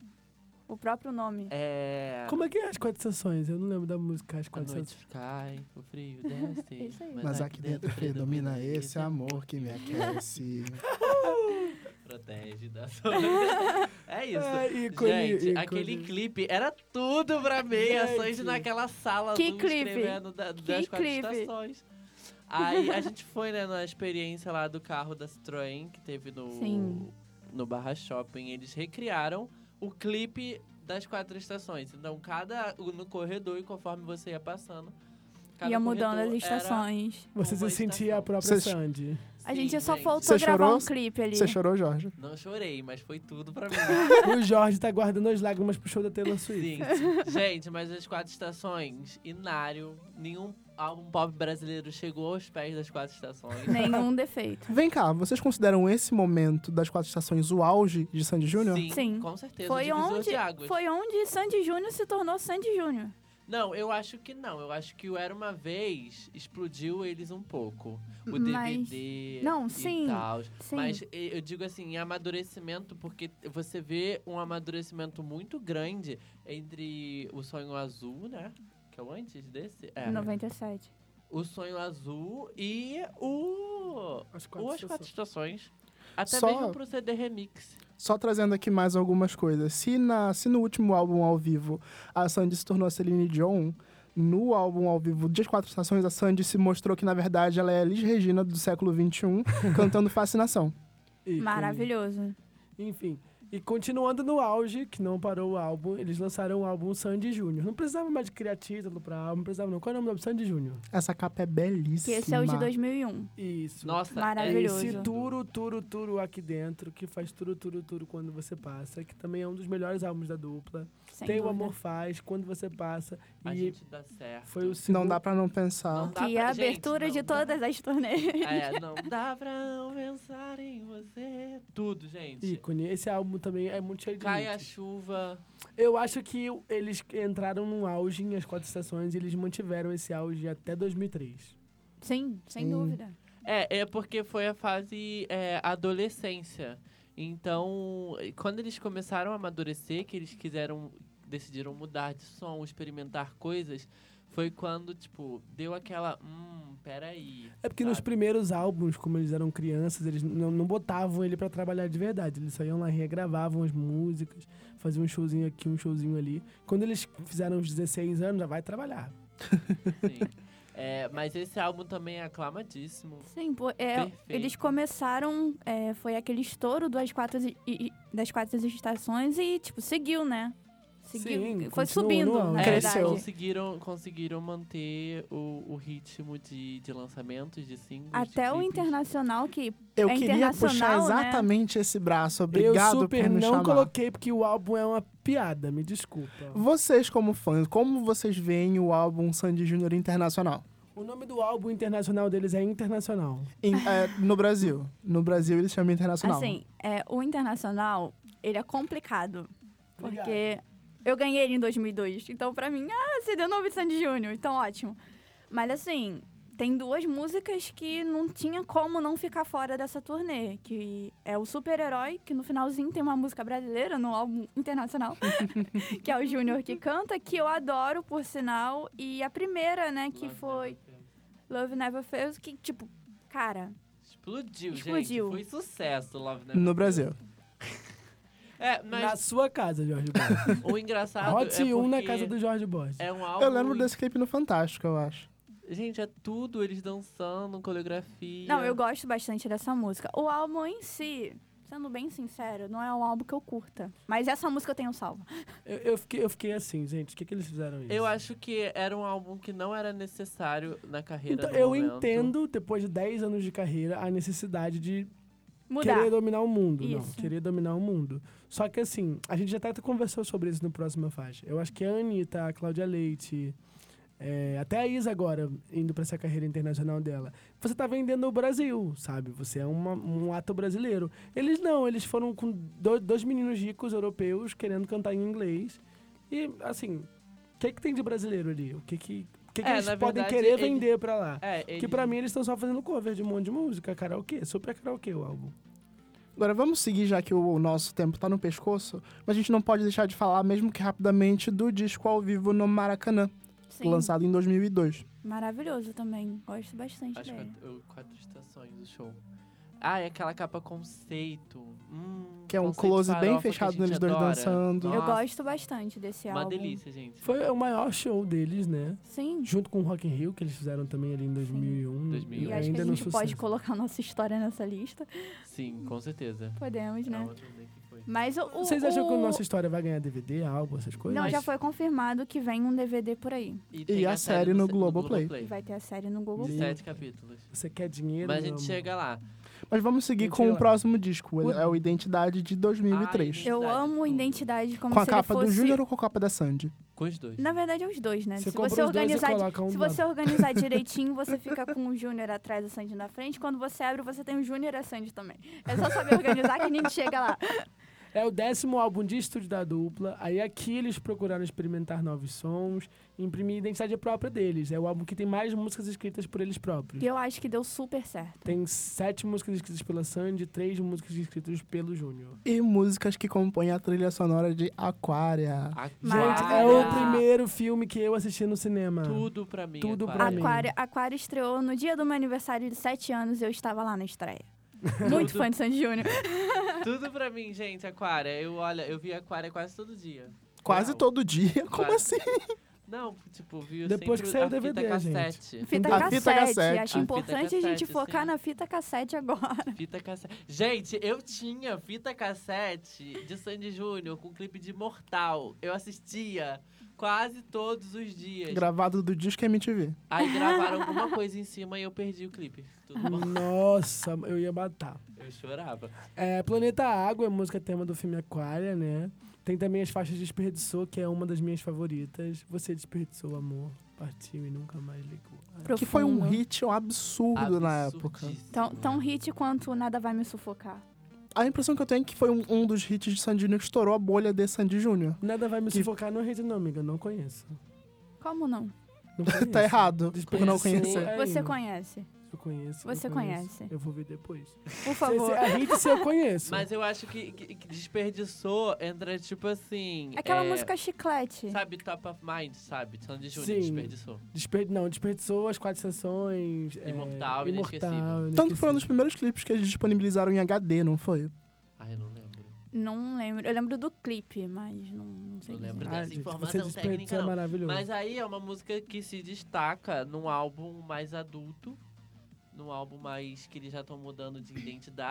Speaker 4: O próprio nome.
Speaker 2: É...
Speaker 1: Como é que é as quatro estações? Eu não lembro da música As
Speaker 2: A
Speaker 1: Quatro
Speaker 2: noite
Speaker 1: Estações.
Speaker 2: cai, o frio desce.
Speaker 4: Isso aí.
Speaker 3: Mas
Speaker 2: é
Speaker 3: aqui dentro predomina esse amor que me aquece.
Speaker 2: Protege da <laughs> solidão. É isso.
Speaker 1: É, ícone,
Speaker 2: Gente,
Speaker 1: ícone.
Speaker 2: aquele clipe era tudo pra mim. A
Speaker 1: Gente.
Speaker 2: Sandy naquela sala
Speaker 4: Que
Speaker 2: azul
Speaker 4: clipe.
Speaker 2: escrevendo da, das
Speaker 4: Que
Speaker 2: quatro
Speaker 4: clipe.
Speaker 2: estações. Aí a gente foi, né, na experiência lá do carro da Citroën que teve no,
Speaker 4: Sim.
Speaker 2: no Barra Shopping. Eles recriaram o clipe das quatro estações. Então, cada no corredor, e conforme você ia passando, Cada
Speaker 4: Ia mudando as
Speaker 2: corredor era
Speaker 4: estações.
Speaker 1: Você
Speaker 2: uma
Speaker 1: se sentia a
Speaker 2: estação.
Speaker 1: própria
Speaker 3: Vocês-
Speaker 1: Sandy.
Speaker 4: A
Speaker 2: Sim,
Speaker 4: gente só
Speaker 2: gente.
Speaker 4: faltou
Speaker 3: Você
Speaker 4: gravar
Speaker 3: chorou?
Speaker 4: um clipe ali.
Speaker 3: Você chorou, Jorge?
Speaker 2: Não chorei, mas foi tudo pra mim.
Speaker 1: O Jorge tá guardando as lágrimas pro show da Taylor Swift.
Speaker 2: Sim. Gente, mas as quatro estações, inário, nenhum álbum pop brasileiro chegou aos pés das quatro estações.
Speaker 4: Nenhum <laughs> defeito.
Speaker 3: Vem cá, vocês consideram esse momento das quatro estações o auge de Sandy Júnior?
Speaker 2: Sim,
Speaker 4: Sim.
Speaker 2: com certeza.
Speaker 4: Foi
Speaker 2: divisor
Speaker 4: onde,
Speaker 2: de águas.
Speaker 4: foi onde Sandy Júnior se tornou Sandy Júnior.
Speaker 2: Não, eu acho que não. Eu acho que o Era Uma Vez explodiu eles um pouco. O
Speaker 4: Mas-
Speaker 2: DVD
Speaker 4: Não,
Speaker 2: e
Speaker 4: sim,
Speaker 2: tal.
Speaker 4: Sim.
Speaker 2: Mas e- eu digo assim, em amadurecimento, porque você vê um amadurecimento muito grande entre o Sonho Azul, né? Que é o antes desse? É.
Speaker 4: 97.
Speaker 2: O Sonho Azul e o...
Speaker 1: As
Speaker 2: Ou as quatro estações. Até
Speaker 3: Só-
Speaker 2: mesmo pro CD Remix.
Speaker 3: Só trazendo aqui mais algumas coisas. Se, na, se no último álbum ao vivo a Sandy se tornou a Celine Dion, no álbum ao vivo das Quatro Estações, a Sandy se mostrou que, na verdade, ela é a Elis Regina do século
Speaker 1: <laughs>
Speaker 3: XXI, cantando Fascinação.
Speaker 1: Ícone.
Speaker 4: Maravilhoso.
Speaker 1: Enfim. E continuando no auge, que não parou o álbum, eles lançaram o álbum Sandy Júnior. Não precisava mais de criar título pra álbum, não precisava não. Qual é o nome do álbum? Sandy Júnior.
Speaker 3: Essa capa é
Speaker 4: Que
Speaker 3: belíssima.
Speaker 4: esse é o de 2001.
Speaker 1: Isso.
Speaker 2: Nossa, é
Speaker 4: Maravilhoso.
Speaker 1: Esse turo, turo, turo aqui dentro, que faz turo, turo, turo quando você passa, que também é um dos melhores álbuns da dupla.
Speaker 4: sem
Speaker 1: Tem o
Speaker 4: dúvida.
Speaker 1: Amor Faz, Quando Você Passa.
Speaker 2: A
Speaker 1: e
Speaker 2: gente dá certo.
Speaker 1: foi o segundo.
Speaker 3: Não dá pra não pensar.
Speaker 2: Não dá
Speaker 4: Que é
Speaker 2: pra-
Speaker 4: a
Speaker 2: gente,
Speaker 4: abertura
Speaker 2: não
Speaker 4: de
Speaker 2: dá.
Speaker 4: todas as turnês.
Speaker 2: <laughs> É, não dá pra não pensar em você. Tudo, gente.
Speaker 1: ícone. Esse álbum também é muito cheio de
Speaker 2: Cai a
Speaker 1: hits.
Speaker 2: chuva.
Speaker 1: Eu acho que o- eles entraram num auge em As Quatro Estações e eles mantiveram esse auge até 2003.
Speaker 4: Sim, sem
Speaker 3: Sim.
Speaker 4: dúvida.
Speaker 2: É, é porque foi a fase é, adolescência. Então, quando eles começaram a amadurecer, que eles quiseram, decidiram mudar de som, experimentar coisas, foi quando, tipo, deu aquela, hum, peraí.
Speaker 1: É porque nos
Speaker 2: sabe?
Speaker 1: primeiros álbuns, como eles eram crianças, eles não, não botavam ele pra trabalhar de verdade. Eles só iam lá, regravavam as músicas, faziam um showzinho aqui, um showzinho ali. Quando eles fizeram os 16 anos, já vai trabalhar.
Speaker 2: Sim. É, mas esse álbum também é aclamadíssimo.
Speaker 4: Sim, pô, é,
Speaker 2: Perfeito.
Speaker 4: eles começaram, é, foi aquele estouro das quatro, e- e- das quatro estações e, tipo, seguiu, né? Seguiu,
Speaker 1: Sim, continuou
Speaker 4: foi subindo,
Speaker 1: no
Speaker 4: na
Speaker 1: auge.
Speaker 2: É, eles
Speaker 4: verdade.
Speaker 3: Cresceu.
Speaker 2: conseguiram, conseguiram manter o, o ritmo de, de lançamentos de singles. de
Speaker 4: Até o
Speaker 2: clipes.
Speaker 4: internacional, que
Speaker 3: Eu
Speaker 4: É
Speaker 3: queria puxar
Speaker 4: internacional, né?
Speaker 3: exatamente esse braço.
Speaker 1: eu
Speaker 3: Obrigado
Speaker 1: super
Speaker 3: por me
Speaker 1: não
Speaker 3: chamar.
Speaker 1: coloquei, porque o álbum é uma piada, me desculpa.
Speaker 3: Vocês, como fãs, como vocês veem o álbum Sandy Júnior Internacional?
Speaker 1: O nome do álbum internacional deles é Internacional.
Speaker 3: Em- é, no Brasil. No Brasil ele se chama Internacional.
Speaker 4: Assim, é, o internacional, ele é complicado.
Speaker 1: Obrigado.
Speaker 4: Porque eu ganhei ele em 2002. Então, pra mim, ah, você deu nome de Sandy Júnior. Então, ótimo. Mas, assim, tem duas músicas que não tinha como não ficar fora dessa turnê. Que é o Super-Herói, que no finalzinho tem uma música brasileira no álbum internacional. <laughs> que é o Júnior que canta, que eu adoro, por sinal. E a primeira, né, que
Speaker 2: Love
Speaker 4: foi
Speaker 2: Never Fails.
Speaker 4: Love Never Fails, que, tipo, cara...
Speaker 2: Explodiu,
Speaker 4: Explodiu.
Speaker 2: gente. Foi sucesso Love Never Fails.
Speaker 3: no Brasil.
Speaker 2: É,
Speaker 1: Na
Speaker 2: mas
Speaker 1: sua casa, Jorge Borges.
Speaker 2: <laughs> o engraçado é
Speaker 1: Hot
Speaker 2: porque
Speaker 1: 1 na casa do Jorge Borges.
Speaker 2: é um álbum...
Speaker 3: Eu lembro desse clipe no Fantástico, eu acho.
Speaker 2: Gente, é tudo. Eles dançando, coreografia.
Speaker 4: Não, eu gosto bastante dessa música. O álbum em si, sendo bem sincero, não é um álbum que eu curta. Mas essa música eu tenho um salva.
Speaker 1: Eu, eu fiquei, eu fiquei assim, gente, o que, que eles fizeram isso?
Speaker 2: Eu acho que era um álbum que não era necessário na carreira
Speaker 1: Então,
Speaker 2: do
Speaker 1: eu
Speaker 2: momento.
Speaker 1: entendo, depois de 10 anos de carreira, a necessidade de
Speaker 4: Mudar.
Speaker 1: querer dominar o mundo. Não,
Speaker 4: Isso.
Speaker 1: querer dominar o mundo. Só que assim, a gente já até conversou sobre isso no Próxima Faixa. Eu acho que a Anitta, a Cláudia Leite, é, até a Isa agora, indo pra essa carreira internacional dela. Você tá vendendo o Brasil, sabe? Você é uma- um ato brasileiro. Eles não, eles foram com do- dois meninos ricos europeus querendo cantar em inglês. E, assim, o que, que tem de brasileiro ali? O que, que, o que, que
Speaker 2: É,
Speaker 1: eles
Speaker 2: na
Speaker 1: podem
Speaker 2: verdade,
Speaker 1: querer
Speaker 2: ele-
Speaker 1: vender pra lá?
Speaker 2: É,
Speaker 1: Que
Speaker 2: eles-
Speaker 1: pra mim eles estão só fazendo cover de um monte de música, karaokê, super karaokê o álbum.
Speaker 3: Agora vamos seguir, já que o nosso tempo tá no pescoço, mas a gente não pode deixar de falar, mesmo que rapidamente, do disco ao vivo no Maracanã,
Speaker 4: Sim.
Speaker 3: lançado em 2002.
Speaker 4: Maravilhoso também. Gosto bastante
Speaker 2: Acho
Speaker 4: dele.
Speaker 2: que é o Quatro Estações, do show. Ah, é aquela capa conceito. Hum,
Speaker 3: Que é um
Speaker 2: conceito
Speaker 3: close bem
Speaker 2: farofa que a
Speaker 3: fechado
Speaker 2: gente
Speaker 3: neles dois
Speaker 2: adora.
Speaker 3: dançando.
Speaker 4: Eu
Speaker 2: Nossa,
Speaker 4: gosto bastante desse
Speaker 2: Uma
Speaker 4: álbum.
Speaker 2: delícia, gente.
Speaker 1: Foi o maior show deles, né?
Speaker 4: Sim.
Speaker 1: Junto com o Rock in Rio, que eles fizeram também ali em 2001.
Speaker 2: 2001.
Speaker 4: E
Speaker 2: Eu
Speaker 4: acho que
Speaker 1: ainda
Speaker 4: a
Speaker 1: no
Speaker 4: gente pode
Speaker 1: sucesso.
Speaker 4: colocar nossa história nessa lista.
Speaker 2: Sim, com certeza.
Speaker 4: Podemos,
Speaker 2: É
Speaker 4: né?
Speaker 2: outra turnê que foi.
Speaker 4: Mas o. o-
Speaker 1: Vocês acham que a
Speaker 4: o-
Speaker 1: nossa história vai ganhar DVD, álbum, essas coisas?
Speaker 4: Não,
Speaker 2: Mas-
Speaker 4: já foi confirmado que vem um DVD por aí.
Speaker 2: tem
Speaker 3: a série no
Speaker 2: C-
Speaker 3: Globoplay.
Speaker 4: E vai ter a série no Google.
Speaker 2: De
Speaker 1: Meu
Speaker 2: sete capítulos.
Speaker 1: Você quer dinheiro?
Speaker 2: Mas a
Speaker 1: meu
Speaker 2: gente
Speaker 1: amor?
Speaker 2: chega lá.
Speaker 3: Mas vamos seguir com
Speaker 1: Mentira.
Speaker 3: o próximo disco.
Speaker 1: O-
Speaker 3: É o Identidade de 2003.
Speaker 4: Eu
Speaker 2: Identidade,
Speaker 4: amo
Speaker 2: tudo.
Speaker 4: identidade como
Speaker 3: com a
Speaker 4: se ele
Speaker 3: capa do
Speaker 4: fosse-
Speaker 3: Júnior ou com a capa da Sandy?
Speaker 2: Com os dois.
Speaker 4: Na verdade, é os dois, né?
Speaker 1: Você
Speaker 4: se
Speaker 1: compra
Speaker 4: você
Speaker 1: os dois e
Speaker 4: organizar,
Speaker 1: coloca um
Speaker 4: se
Speaker 1: do lado.
Speaker 4: você
Speaker 1: <laughs>
Speaker 4: organizar direitinho, você fica com o Júnior atrás, a Sandy na frente. Quando você abre, você tem o Júnior e a Sandy também. É só saber organizar que a gente
Speaker 1: <laughs>
Speaker 4: chega lá.
Speaker 1: É o décimo álbum de estúdio da dupla. Aí aqui eles procuraram experimentar novos sons, imprimir a identidade própria deles. É o álbum que tem mais músicas escritas por eles próprios.
Speaker 4: E eu acho que deu super certo.
Speaker 1: Tem sete músicas escritas pela Sandy, três músicas escritas pelo Júnior.
Speaker 3: E músicas que compõem a trilha sonora de Aquária.
Speaker 1: Gente,
Speaker 2: Ah,
Speaker 4: Aquária.
Speaker 1: é
Speaker 2: tá.
Speaker 1: o primeiro filme que eu assisti no cinema.
Speaker 2: Tudo pra mim.
Speaker 1: Tudo pra
Speaker 2: Aquário.
Speaker 1: mim.
Speaker 4: Aquário, Aquário estreou no dia do meu aniversário de 7 anos e eu estava lá
Speaker 1: <laughs>
Speaker 4: na estreia.
Speaker 2: Tudo.
Speaker 4: Muito fã de Sandy Júnior.
Speaker 2: Tudo pra mim, gente, Aquária. Eu, olha, eu vi Aquária quase todo dia.
Speaker 3: Quase
Speaker 2: Real.
Speaker 3: todo dia? <laughs> Como
Speaker 2: Quase.
Speaker 3: assim?
Speaker 2: Não, tipo, vi
Speaker 1: Depois
Speaker 2: sempre
Speaker 1: que saiu o
Speaker 2: a fita
Speaker 1: DVD, gente.
Speaker 2: cassete.
Speaker 4: Fita
Speaker 3: A fita
Speaker 4: cassete.
Speaker 3: cassete.
Speaker 4: Acho
Speaker 2: A
Speaker 4: importante
Speaker 2: fita
Speaker 4: a gente
Speaker 2: cassete,
Speaker 4: focar
Speaker 2: sim.
Speaker 4: na fita cassete agora.
Speaker 2: Fita cassete. Gente, eu tinha fita cassete de Sandy Júnior com clipe de Mortal. Eu assistia quase todos os dias.
Speaker 3: Gravado do disco MTV.
Speaker 2: Aí gravaram alguma coisa em cima e eu perdi o clipe. Tudo
Speaker 3: Uhum.
Speaker 2: bom?
Speaker 1: Nossa, eu ia matar.
Speaker 2: Eu chorava.
Speaker 1: É, Planeta Água é a música tema do filme Aquária, né? Tem também as faixas Desperdiçou, que é uma das minhas favoritas. Você desperdiçou o amor, partiu e nunca mais ligou.
Speaker 3: Que foi um
Speaker 4: Profundo.
Speaker 3: hit absurdo, na época.
Speaker 2: Absurdíssimo.
Speaker 4: Tão, tão hit quanto Nada Vai Me Sufocar.
Speaker 3: A impressão que eu tenho é que foi um, um dos hits de Sandy Júnior que estourou a bolha de Sandy Júnior.
Speaker 1: Nada vai me
Speaker 3: Que-
Speaker 1: sufocar no rede, não, amiga. Não conheço.
Speaker 4: Como não?
Speaker 1: Não conheço.
Speaker 3: <laughs> Tá errado, por não
Speaker 1: Desperdiçou
Speaker 3: conhecer.
Speaker 1: é
Speaker 4: Você
Speaker 1: hino.
Speaker 4: conhece.
Speaker 1: Eu conheço. eu
Speaker 4: Você
Speaker 1: conheço.
Speaker 4: conhece.
Speaker 1: Eu vou ver depois.
Speaker 4: Por
Speaker 1: Se- se-
Speaker 4: favor.
Speaker 1: a hit se eu
Speaker 3: <laughs>
Speaker 1: conheço.
Speaker 2: Mas eu acho que, que- que desperdiçou entre, tipo assim.
Speaker 4: Aquela
Speaker 2: é,
Speaker 4: música chiclete.
Speaker 2: Sabe, Top of Mind, sabe? Sandy Júnior
Speaker 1: Sim.
Speaker 2: desperdiçou.
Speaker 1: Desper- Não, desperdiçou as quatro estações. é,
Speaker 2: Imortal
Speaker 1: imortal.
Speaker 2: e Inesquecível.
Speaker 3: Tanto que foi um dos
Speaker 1: Inesquecível.
Speaker 3: primeiros clipes que eles disponibilizaram em HD, não foi?
Speaker 2: Ai, eu não lembro.
Speaker 4: Não lembro. Eu lembro do clipe, mas não, não sei.
Speaker 2: Não
Speaker 4: dizer.
Speaker 2: lembro
Speaker 1: Ah,
Speaker 2: dessa
Speaker 1: gente, você
Speaker 2: informação técnica,
Speaker 1: desperdiçou é
Speaker 2: não.
Speaker 1: maravilhoso.
Speaker 2: Mas aí é uma música que se destaca num álbum mais adulto, num álbum mais que eles já estão mudando de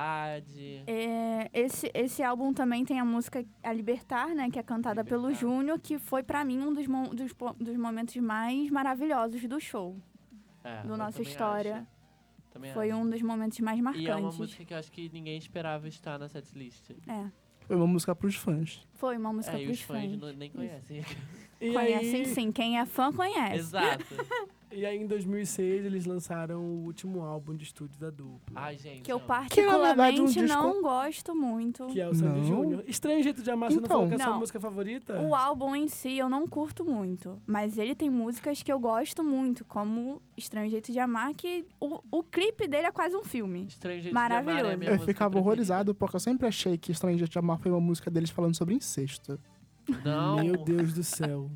Speaker 2: identidade.
Speaker 4: É, esse, esse álbum também tem a música A Libertar, né? Que é cantada pelo
Speaker 2: Libertar.
Speaker 4: Júnior, que foi pra mim um dos, mo- dos, po- dos momentos mais maravilhosos do show.
Speaker 2: É,
Speaker 4: Do
Speaker 2: eu
Speaker 4: Nossa
Speaker 2: também
Speaker 4: História.
Speaker 2: acho. Também
Speaker 4: Foi
Speaker 2: acho.
Speaker 4: um dos momentos mais
Speaker 2: E é uma
Speaker 4: marcantes.
Speaker 2: música que eu acho que ninguém esperava estar na setlist.
Speaker 4: É,
Speaker 3: Foi uma música pros fãs.
Speaker 4: foi uma música
Speaker 2: É, e os
Speaker 4: pros
Speaker 2: fãs
Speaker 4: fãs.
Speaker 2: não- nem conhecem.
Speaker 1: E
Speaker 4: Conhecem
Speaker 1: aí-
Speaker 4: sim, quem <laughs> é fã conhece.
Speaker 2: Exato.
Speaker 1: E aí, em 2006, eles lançaram o último álbum de estúdio da dupla.
Speaker 2: Ai, gente.
Speaker 4: Que eu
Speaker 2: ó.
Speaker 4: particularmente
Speaker 3: um disco-
Speaker 4: não gosto muito.
Speaker 1: Que é o Sandy
Speaker 3: Não.
Speaker 1: Júnior. Estranho Jeito de Amar, você não
Speaker 3: Então.
Speaker 1: falou que é a sua
Speaker 4: Não.
Speaker 1: música favorita?
Speaker 4: O álbum em si eu não curto muito, mas ele tem músicas que eu gosto muito, como Estranho Jeito de Amar, que o, o clipe dele é quase um filme.
Speaker 2: Estranho Jeito
Speaker 4: Maravilhoso.
Speaker 2: De Amar é a minha
Speaker 3: Eu
Speaker 2: música
Speaker 3: ficava
Speaker 2: preferida.
Speaker 3: horrorizado porque eu sempre achei que Estranho de Te Amar foi uma música deles falando sobre incesto.
Speaker 2: Não.
Speaker 1: Meu Deus do céu.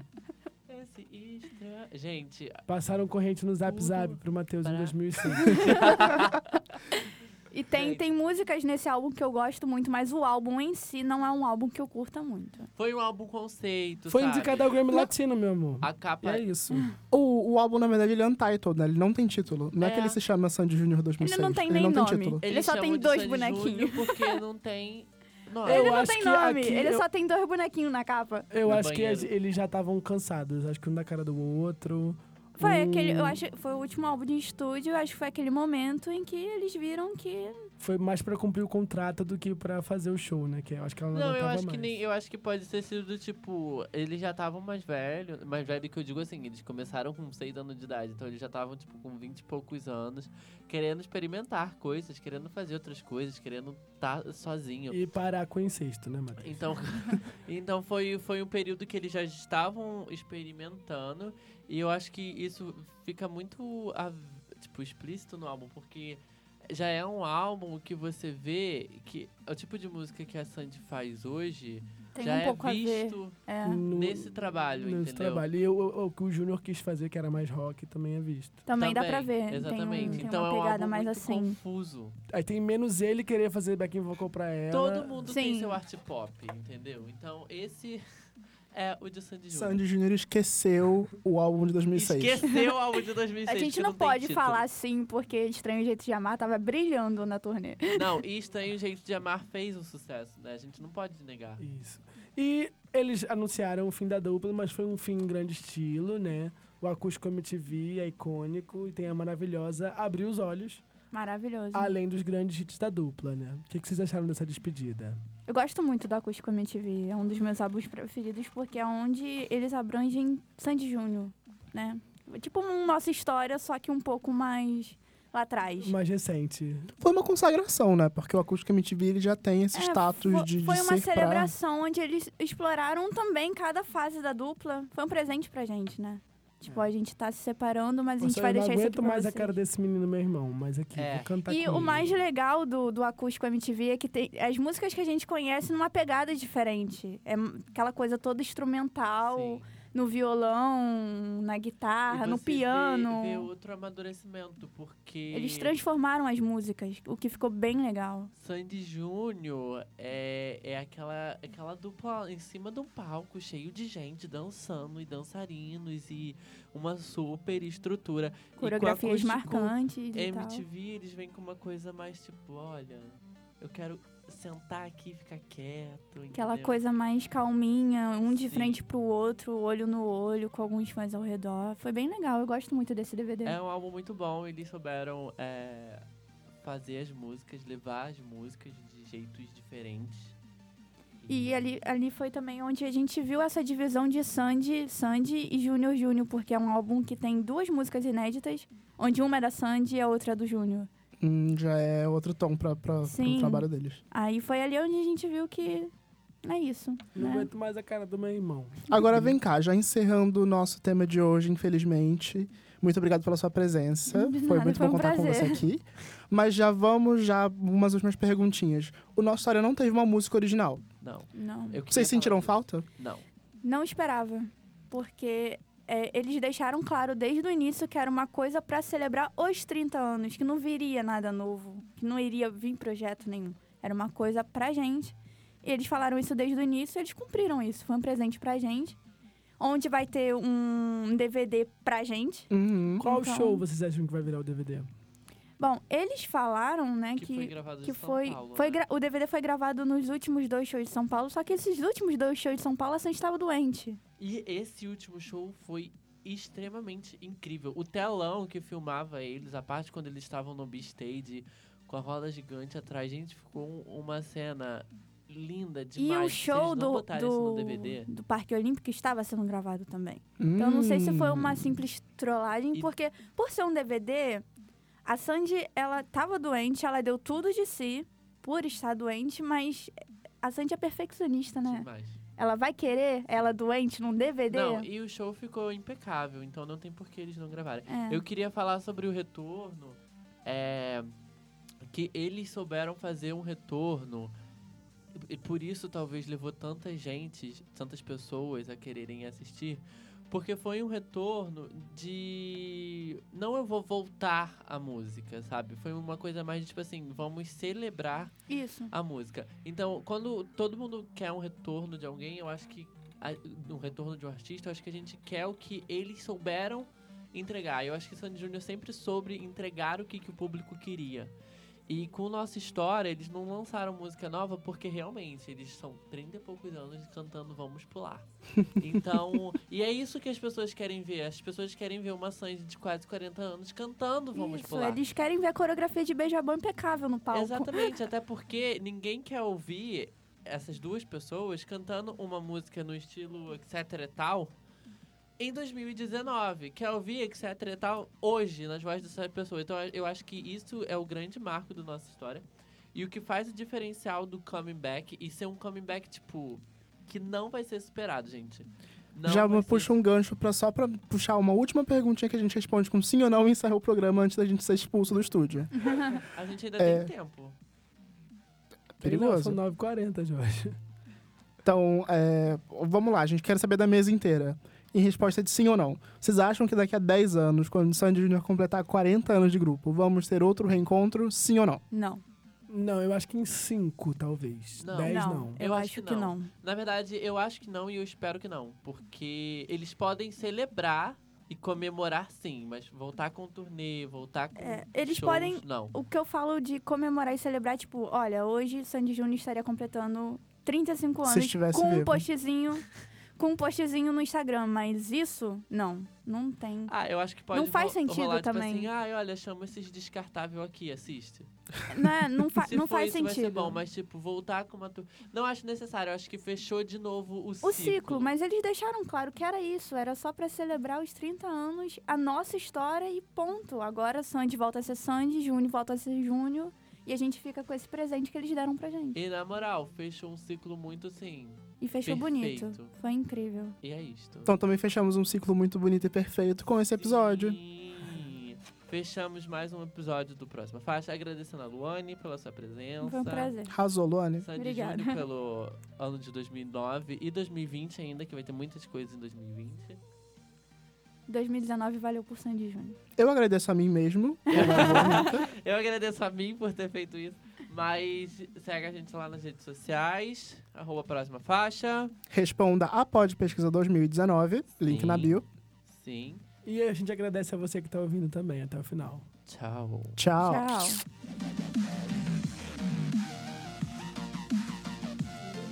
Speaker 2: Esse estra- Gente,
Speaker 1: Passaram corrente no Zap
Speaker 2: Tudo
Speaker 1: Zap pro Matheus em
Speaker 2: pra-
Speaker 1: 2006.
Speaker 4: E tem,
Speaker 2: Gente.
Speaker 4: tem músicas nesse álbum que eu gosto muito, mas o álbum em si não é um álbum que eu curta muito.
Speaker 2: foi um álbum conceito,
Speaker 1: Foi um
Speaker 2: sabe?
Speaker 1: indicado ao Grammy Latino, meu amor.
Speaker 2: A Hum.
Speaker 1: E
Speaker 2: capa...
Speaker 1: é isso.
Speaker 3: O, o álbum, na verdade, ele é untitled, né? Ele não tem título. Não é,
Speaker 2: É.
Speaker 3: que ele se chama Sandy Júnior 2006.
Speaker 4: Ele não tem nem nome. É
Speaker 3: título.
Speaker 4: Ele
Speaker 2: Eles
Speaker 4: só
Speaker 2: chamam
Speaker 4: tem
Speaker 2: de
Speaker 4: dois
Speaker 2: Sandy
Speaker 4: bonequinhos.
Speaker 2: Júnior Porque não <laughs> tem... nome.
Speaker 1: Eu
Speaker 4: ele não
Speaker 1: acho
Speaker 4: tem
Speaker 1: que
Speaker 4: nome,
Speaker 1: aqui
Speaker 4: ele
Speaker 1: eu-
Speaker 4: só tem dois bonequinhos na capa.
Speaker 1: Eu
Speaker 2: No
Speaker 1: acho que
Speaker 2: banheiro.
Speaker 1: eles já estavam cansados. Acho que um da cara do outro.
Speaker 4: Foi
Speaker 2: Hum.
Speaker 1: um-
Speaker 4: aquele, eu acho, foi o último álbum de estúdio, eu acho que foi aquele momento em que eles viram que
Speaker 1: Foi mais pra cumprir o contrato do que pra fazer o show, né? Que eu acho que ela não,
Speaker 2: Não, eu
Speaker 1: aguentava
Speaker 2: acho que
Speaker 1: mais.
Speaker 2: nem, eu acho que pode ter sido do tipo, eles já estavam mais velhos, mais velho que eu digo assim, eles começaram com 6 anos de idade, então eles já estavam tipo com 20 e poucos anos, querendo experimentar coisas, querendo fazer outras coisas, querendo estar sozinho.
Speaker 1: E parar com o incesto, né, Matheus?
Speaker 2: Então, <laughs> então foi, foi um período que eles já estavam experimentando. E eu acho que isso fica muito a- tipo, explícito no álbum, porque já é um álbum que você vê que o tipo de música que a Sandy faz hoje
Speaker 4: tem
Speaker 2: já
Speaker 4: um pouco
Speaker 2: é
Speaker 4: a ver.
Speaker 2: visto
Speaker 4: É.
Speaker 1: No-
Speaker 2: nesse trabalho,
Speaker 1: Nesse
Speaker 2: entendeu?
Speaker 1: trabalho. E o- o- o que o Júnior quis fazer, que era mais rock, também é visto.
Speaker 4: Também, dá pra ver. tem um-
Speaker 2: Exatamente.
Speaker 4: Tem,
Speaker 2: então
Speaker 4: uma
Speaker 2: é um
Speaker 4: pegada
Speaker 2: álbum
Speaker 4: mais
Speaker 2: muito
Speaker 4: assim.
Speaker 2: confuso.
Speaker 1: Aí tem menos ele querer fazer backing vocal pra ela.
Speaker 2: Todo mundo tem
Speaker 4: Sim.
Speaker 2: seu art pop, entendeu? Então esse <laughs> é o de Sandy Júnior.
Speaker 3: Sandy Júnior esqueceu o álbum de 2006.
Speaker 2: Esqueceu o álbum de 2006.
Speaker 4: A gente
Speaker 2: que
Speaker 4: não
Speaker 2: tem
Speaker 4: pode
Speaker 2: título.
Speaker 4: falar assim, porque Estranho Jeito de Amar tava brilhando na turnê.
Speaker 2: Não, e Estranho Jeito de Amar fez um sucesso, né? A gente não pode negar.
Speaker 1: Isso. E eles anunciaram o fim da dupla, mas foi um fim em grande estilo, né? O acústico MTV é icônico e tem a maravilhosa Abrir os Olhos,
Speaker 4: Maravilhoso.
Speaker 1: além dos grandes hits da dupla, né? O que, que vocês acharam dessa despedida?
Speaker 4: Eu gosto muito do Acústico MTV, é um dos meus álbuns preferidos, porque é onde eles abrangem Sandy Júnior, né? Tipo uma nossa história, só que um pouco mais lá atrás.
Speaker 1: Mais recente.
Speaker 3: Foi uma consagração, né? Porque o Acústico MTV ele já tem esse
Speaker 4: É,
Speaker 3: status
Speaker 4: fo-
Speaker 3: de, de
Speaker 4: Foi uma
Speaker 3: ser pra-
Speaker 4: celebração onde eles exploraram também cada fase da dupla. Foi um presente pra gente, né? Tipo, a gente tá se separando, mas a gente
Speaker 1: Nossa,
Speaker 4: vai
Speaker 1: eu não
Speaker 4: deixar isso aqui
Speaker 1: aguento
Speaker 4: pra
Speaker 1: mais a
Speaker 4: vocês.
Speaker 1: cara desse menino, meu irmão, mas aqui,
Speaker 2: É.
Speaker 1: vou cantar
Speaker 4: E
Speaker 1: com
Speaker 4: o
Speaker 1: ele.
Speaker 4: mais legal do, do Acústico MTV é que tem as músicas que a gente conhece numa pegada diferente. É m- aquela coisa toda instrumental,
Speaker 2: Sim.
Speaker 4: no violão, na guitarra,
Speaker 2: E
Speaker 4: no
Speaker 2: você vê-
Speaker 4: piano.
Speaker 2: vê outro amadurecimento, porque...
Speaker 4: Eles transformaram as músicas, o que ficou bem legal.
Speaker 2: Sandy Júnior é, é aquela, aquela dupla em cima de um palco cheio de gente dançando e dançarinos e uma super estrutura. E com
Speaker 4: Coreografias
Speaker 2: acústico
Speaker 4: marcantes e tal.
Speaker 2: MTV, eles vêm com uma coisa mais tipo, olha, eu quero sentar aqui e ficar quieto.
Speaker 4: Aquela
Speaker 2: entendeu?
Speaker 4: coisa mais calminha, um de
Speaker 2: né? Sim.
Speaker 4: frente pro outro, olho no olho, com alguns fãs ao redor. Foi bem legal, eu gosto muito desse DVD.
Speaker 2: É um álbum muito bom, eles souberam é, fazer as músicas, levar as músicas de jeitos diferentes.
Speaker 4: E ali, ali foi também onde a gente viu essa divisão de Sandy, Sandy e Júnior Júnior, porque é um álbum que tem duas músicas inéditas, onde uma é da Sandy e a outra é do Júnior.
Speaker 3: Hum, já é outro tom pra, pra, pro
Speaker 4: Sim.
Speaker 3: trabalho deles.
Speaker 4: Aí foi ali onde a gente viu que é isso.
Speaker 1: Não
Speaker 4: né?
Speaker 1: aguento mais a cara do meu irmão.
Speaker 3: Agora vem cá, já encerrando o nosso tema de hoje, infelizmente. Muito obrigado pela sua presença.
Speaker 4: De
Speaker 3: foi
Speaker 4: nada,
Speaker 3: muito
Speaker 4: foi
Speaker 3: bom
Speaker 4: um
Speaker 3: contar com
Speaker 4: prazer.
Speaker 3: você aqui. Mas já vamos já umas últimas perguntinhas. O nosso História não teve uma música original.
Speaker 2: Não.
Speaker 4: Não.
Speaker 2: eu queria
Speaker 3: Vocês sentiram
Speaker 2: falar
Speaker 3: falta?
Speaker 2: disso. Não.
Speaker 4: Não esperava, porque é, eles deixaram claro desde o início que era uma coisa pra celebrar os 30 anos, que não viria nada novo, que não iria vir projeto nenhum. Era uma coisa pra gente. E eles falaram isso desde o início, e eles cumpriram isso. Foi um presente pra gente, onde vai ter um DVD pra gente.
Speaker 3: Uhum.
Speaker 1: Qual
Speaker 4: Então-
Speaker 1: show vocês acham que vai virar o DVD?
Speaker 4: Bom, eles falaram, né,
Speaker 2: Que, foi
Speaker 4: que
Speaker 2: gravado
Speaker 4: que
Speaker 2: em São
Speaker 4: foi,
Speaker 2: Paulo,
Speaker 4: foi
Speaker 2: né?
Speaker 4: gra- o DVD foi gravado nos últimos dois shows de São Paulo, só que esses últimos dois shows de São Paulo a Sandy estava doente.
Speaker 2: E esse último show foi extremamente incrível. O telão que filmava eles, a parte quando eles estavam no B-Stage, com a roda gigante atrás, gente, ficou um- uma cena linda demais.
Speaker 4: E o show
Speaker 2: Vocês não
Speaker 4: do,
Speaker 2: botaram isso no
Speaker 4: do,
Speaker 2: DVD?
Speaker 4: do Parque Olímpico estava sendo gravado também. Então eu não sei se foi
Speaker 3: Hum.
Speaker 4: uma simples trollagem,
Speaker 2: E-
Speaker 4: porque por ser um DVD, a Sandy, ela estava doente, ela deu tudo de si por estar doente, mas a Sandy é perfeccionista, né?
Speaker 2: Demais.
Speaker 4: Ela vai querer ela doente num DVD?
Speaker 2: Não, e o show ficou impecável, então não tem por que eles não gravarem.
Speaker 4: É.
Speaker 2: Eu queria falar sobre o retorno. é, que eles souberam fazer um retorno. E por isso talvez levou tanta gente, tantas pessoas a quererem assistir. Porque foi um retorno de. Não eu vou voltar à música, sabe? Foi uma coisa mais tipo assim, vamos celebrar
Speaker 4: Isso.
Speaker 2: a música. Então, quando todo mundo quer um retorno de alguém, eu acho que. a- Um retorno de um artista, eu acho que a gente quer o que eles souberam entregar. Eu acho que Sandy Júnior sempre soube entregar o que, que o público queria. E com Nossa História, eles não lançaram música nova porque realmente eles são 30 e poucos anos cantando Vamos
Speaker 4: <laughs>
Speaker 2: Pular. Então, e é isso que as pessoas querem ver. As pessoas querem ver uma Sandy de quase 40 anos cantando Vamos
Speaker 4: Isso,
Speaker 2: Pular.
Speaker 4: eles querem ver a coreografia de beijabão impecável no palco.
Speaker 2: Exatamente, até porque ninguém quer ouvir essas duas pessoas cantando uma música no estilo etc e tal em 2019. Quer ouvir etc e tal hoje nas vozes dessa pessoa. Então eu acho que isso é o grande marco da nossa história. E o que faz o diferencial do coming back e ser um coming back, tipo, que não vai ser superado, gente. Não
Speaker 3: já
Speaker 2: vai
Speaker 3: me
Speaker 2: ser
Speaker 3: puxa um gancho pra, só pra puxar uma última perguntinha que a gente responde com sim ou não e encerrar o programa antes da gente ser expulso do estúdio.
Speaker 2: A gente ainda
Speaker 3: É.
Speaker 2: tem tempo.
Speaker 1: Não,
Speaker 3: Perigoso.
Speaker 1: são 9h40, Jorge.
Speaker 3: Então, é, vamos lá, gente. Quero saber da mesa inteira. Em resposta de sim ou não. Vocês acham que daqui a 10 anos, quando o Sandy Júnior completar 40 anos de grupo, vamos ter outro reencontro? Sim ou não?
Speaker 4: Não.
Speaker 1: Não, eu acho que em cinco, talvez.
Speaker 2: Não.
Speaker 1: Dez, não.
Speaker 4: não, eu, acho, que, não.
Speaker 2: Na verdade, eu acho que não e eu espero que não. Porque eles podem celebrar e comemorar sim, mas voltar com turnê, voltar com.
Speaker 4: É, eles
Speaker 2: shows,
Speaker 4: podem-
Speaker 2: Não.
Speaker 4: O que eu falo de comemorar e celebrar, tipo, olha, hoje Sandy Júnior estaria completando 35
Speaker 3: Se
Speaker 4: anos
Speaker 3: estivesse
Speaker 4: com um
Speaker 3: vivo.
Speaker 4: postzinho, com um postzinho no Instagram, mas isso não, não tem.
Speaker 2: Ah, eu acho que pode
Speaker 4: Não faz
Speaker 2: ro-
Speaker 4: sentido
Speaker 2: rolar,
Speaker 4: também.
Speaker 2: Tipo assim, ah, olha, chama esses descartável aqui, assiste.
Speaker 4: Não,
Speaker 2: <laughs>
Speaker 4: é- não, fa-
Speaker 2: Se
Speaker 4: não
Speaker 2: for
Speaker 4: faz
Speaker 2: isso,
Speaker 4: sentido.
Speaker 2: Vai ser bom, mas tipo, voltar com uma tur... Não acho necessário, eu acho que fechou de novo o,
Speaker 4: O ciclo, mas eles deixaram claro que era isso, era só pra celebrar os 30 anos, a nossa história e ponto. Agora Sandy volta a ser Sandy, Júnior volta a ser Júnior e a gente fica com esse presente que eles deram pra gente.
Speaker 2: E na moral, fechou um ciclo muito assim.
Speaker 4: E fechou
Speaker 2: Perfeito.
Speaker 4: bonito. Foi incrível.
Speaker 2: E é isto.
Speaker 3: Então também fechamos um ciclo muito bonito e perfeito com esse episódio.
Speaker 2: Sim. Fechamos mais um episódio do Próxima Faixa. Agradecendo a Luane pela sua presença.
Speaker 4: Foi um prazer.
Speaker 3: Arrasou, Luane.
Speaker 2: Sandy
Speaker 4: Obrigada.
Speaker 2: Júnior
Speaker 4: <laughs>
Speaker 2: pelo ano de 2009 e 2020 ainda, que vai ter muitas coisas em
Speaker 4: <laughs>
Speaker 2: 2020.
Speaker 4: 2019 valeu por Sandy Júnior.
Speaker 3: Eu agradeço a mim mesmo.
Speaker 2: Eu agradeço a mim por ter feito isso. Mas segue a gente lá nas redes sociais. Arroba Próxima Faixa.
Speaker 3: Responda a Pod Pesquisa 2019, link
Speaker 2: Sim.
Speaker 3: na bio.
Speaker 2: Sim.
Speaker 1: E a gente agradece a você que tá ouvindo também até o final.
Speaker 2: Tchau.
Speaker 3: Tchau.
Speaker 4: Tchau.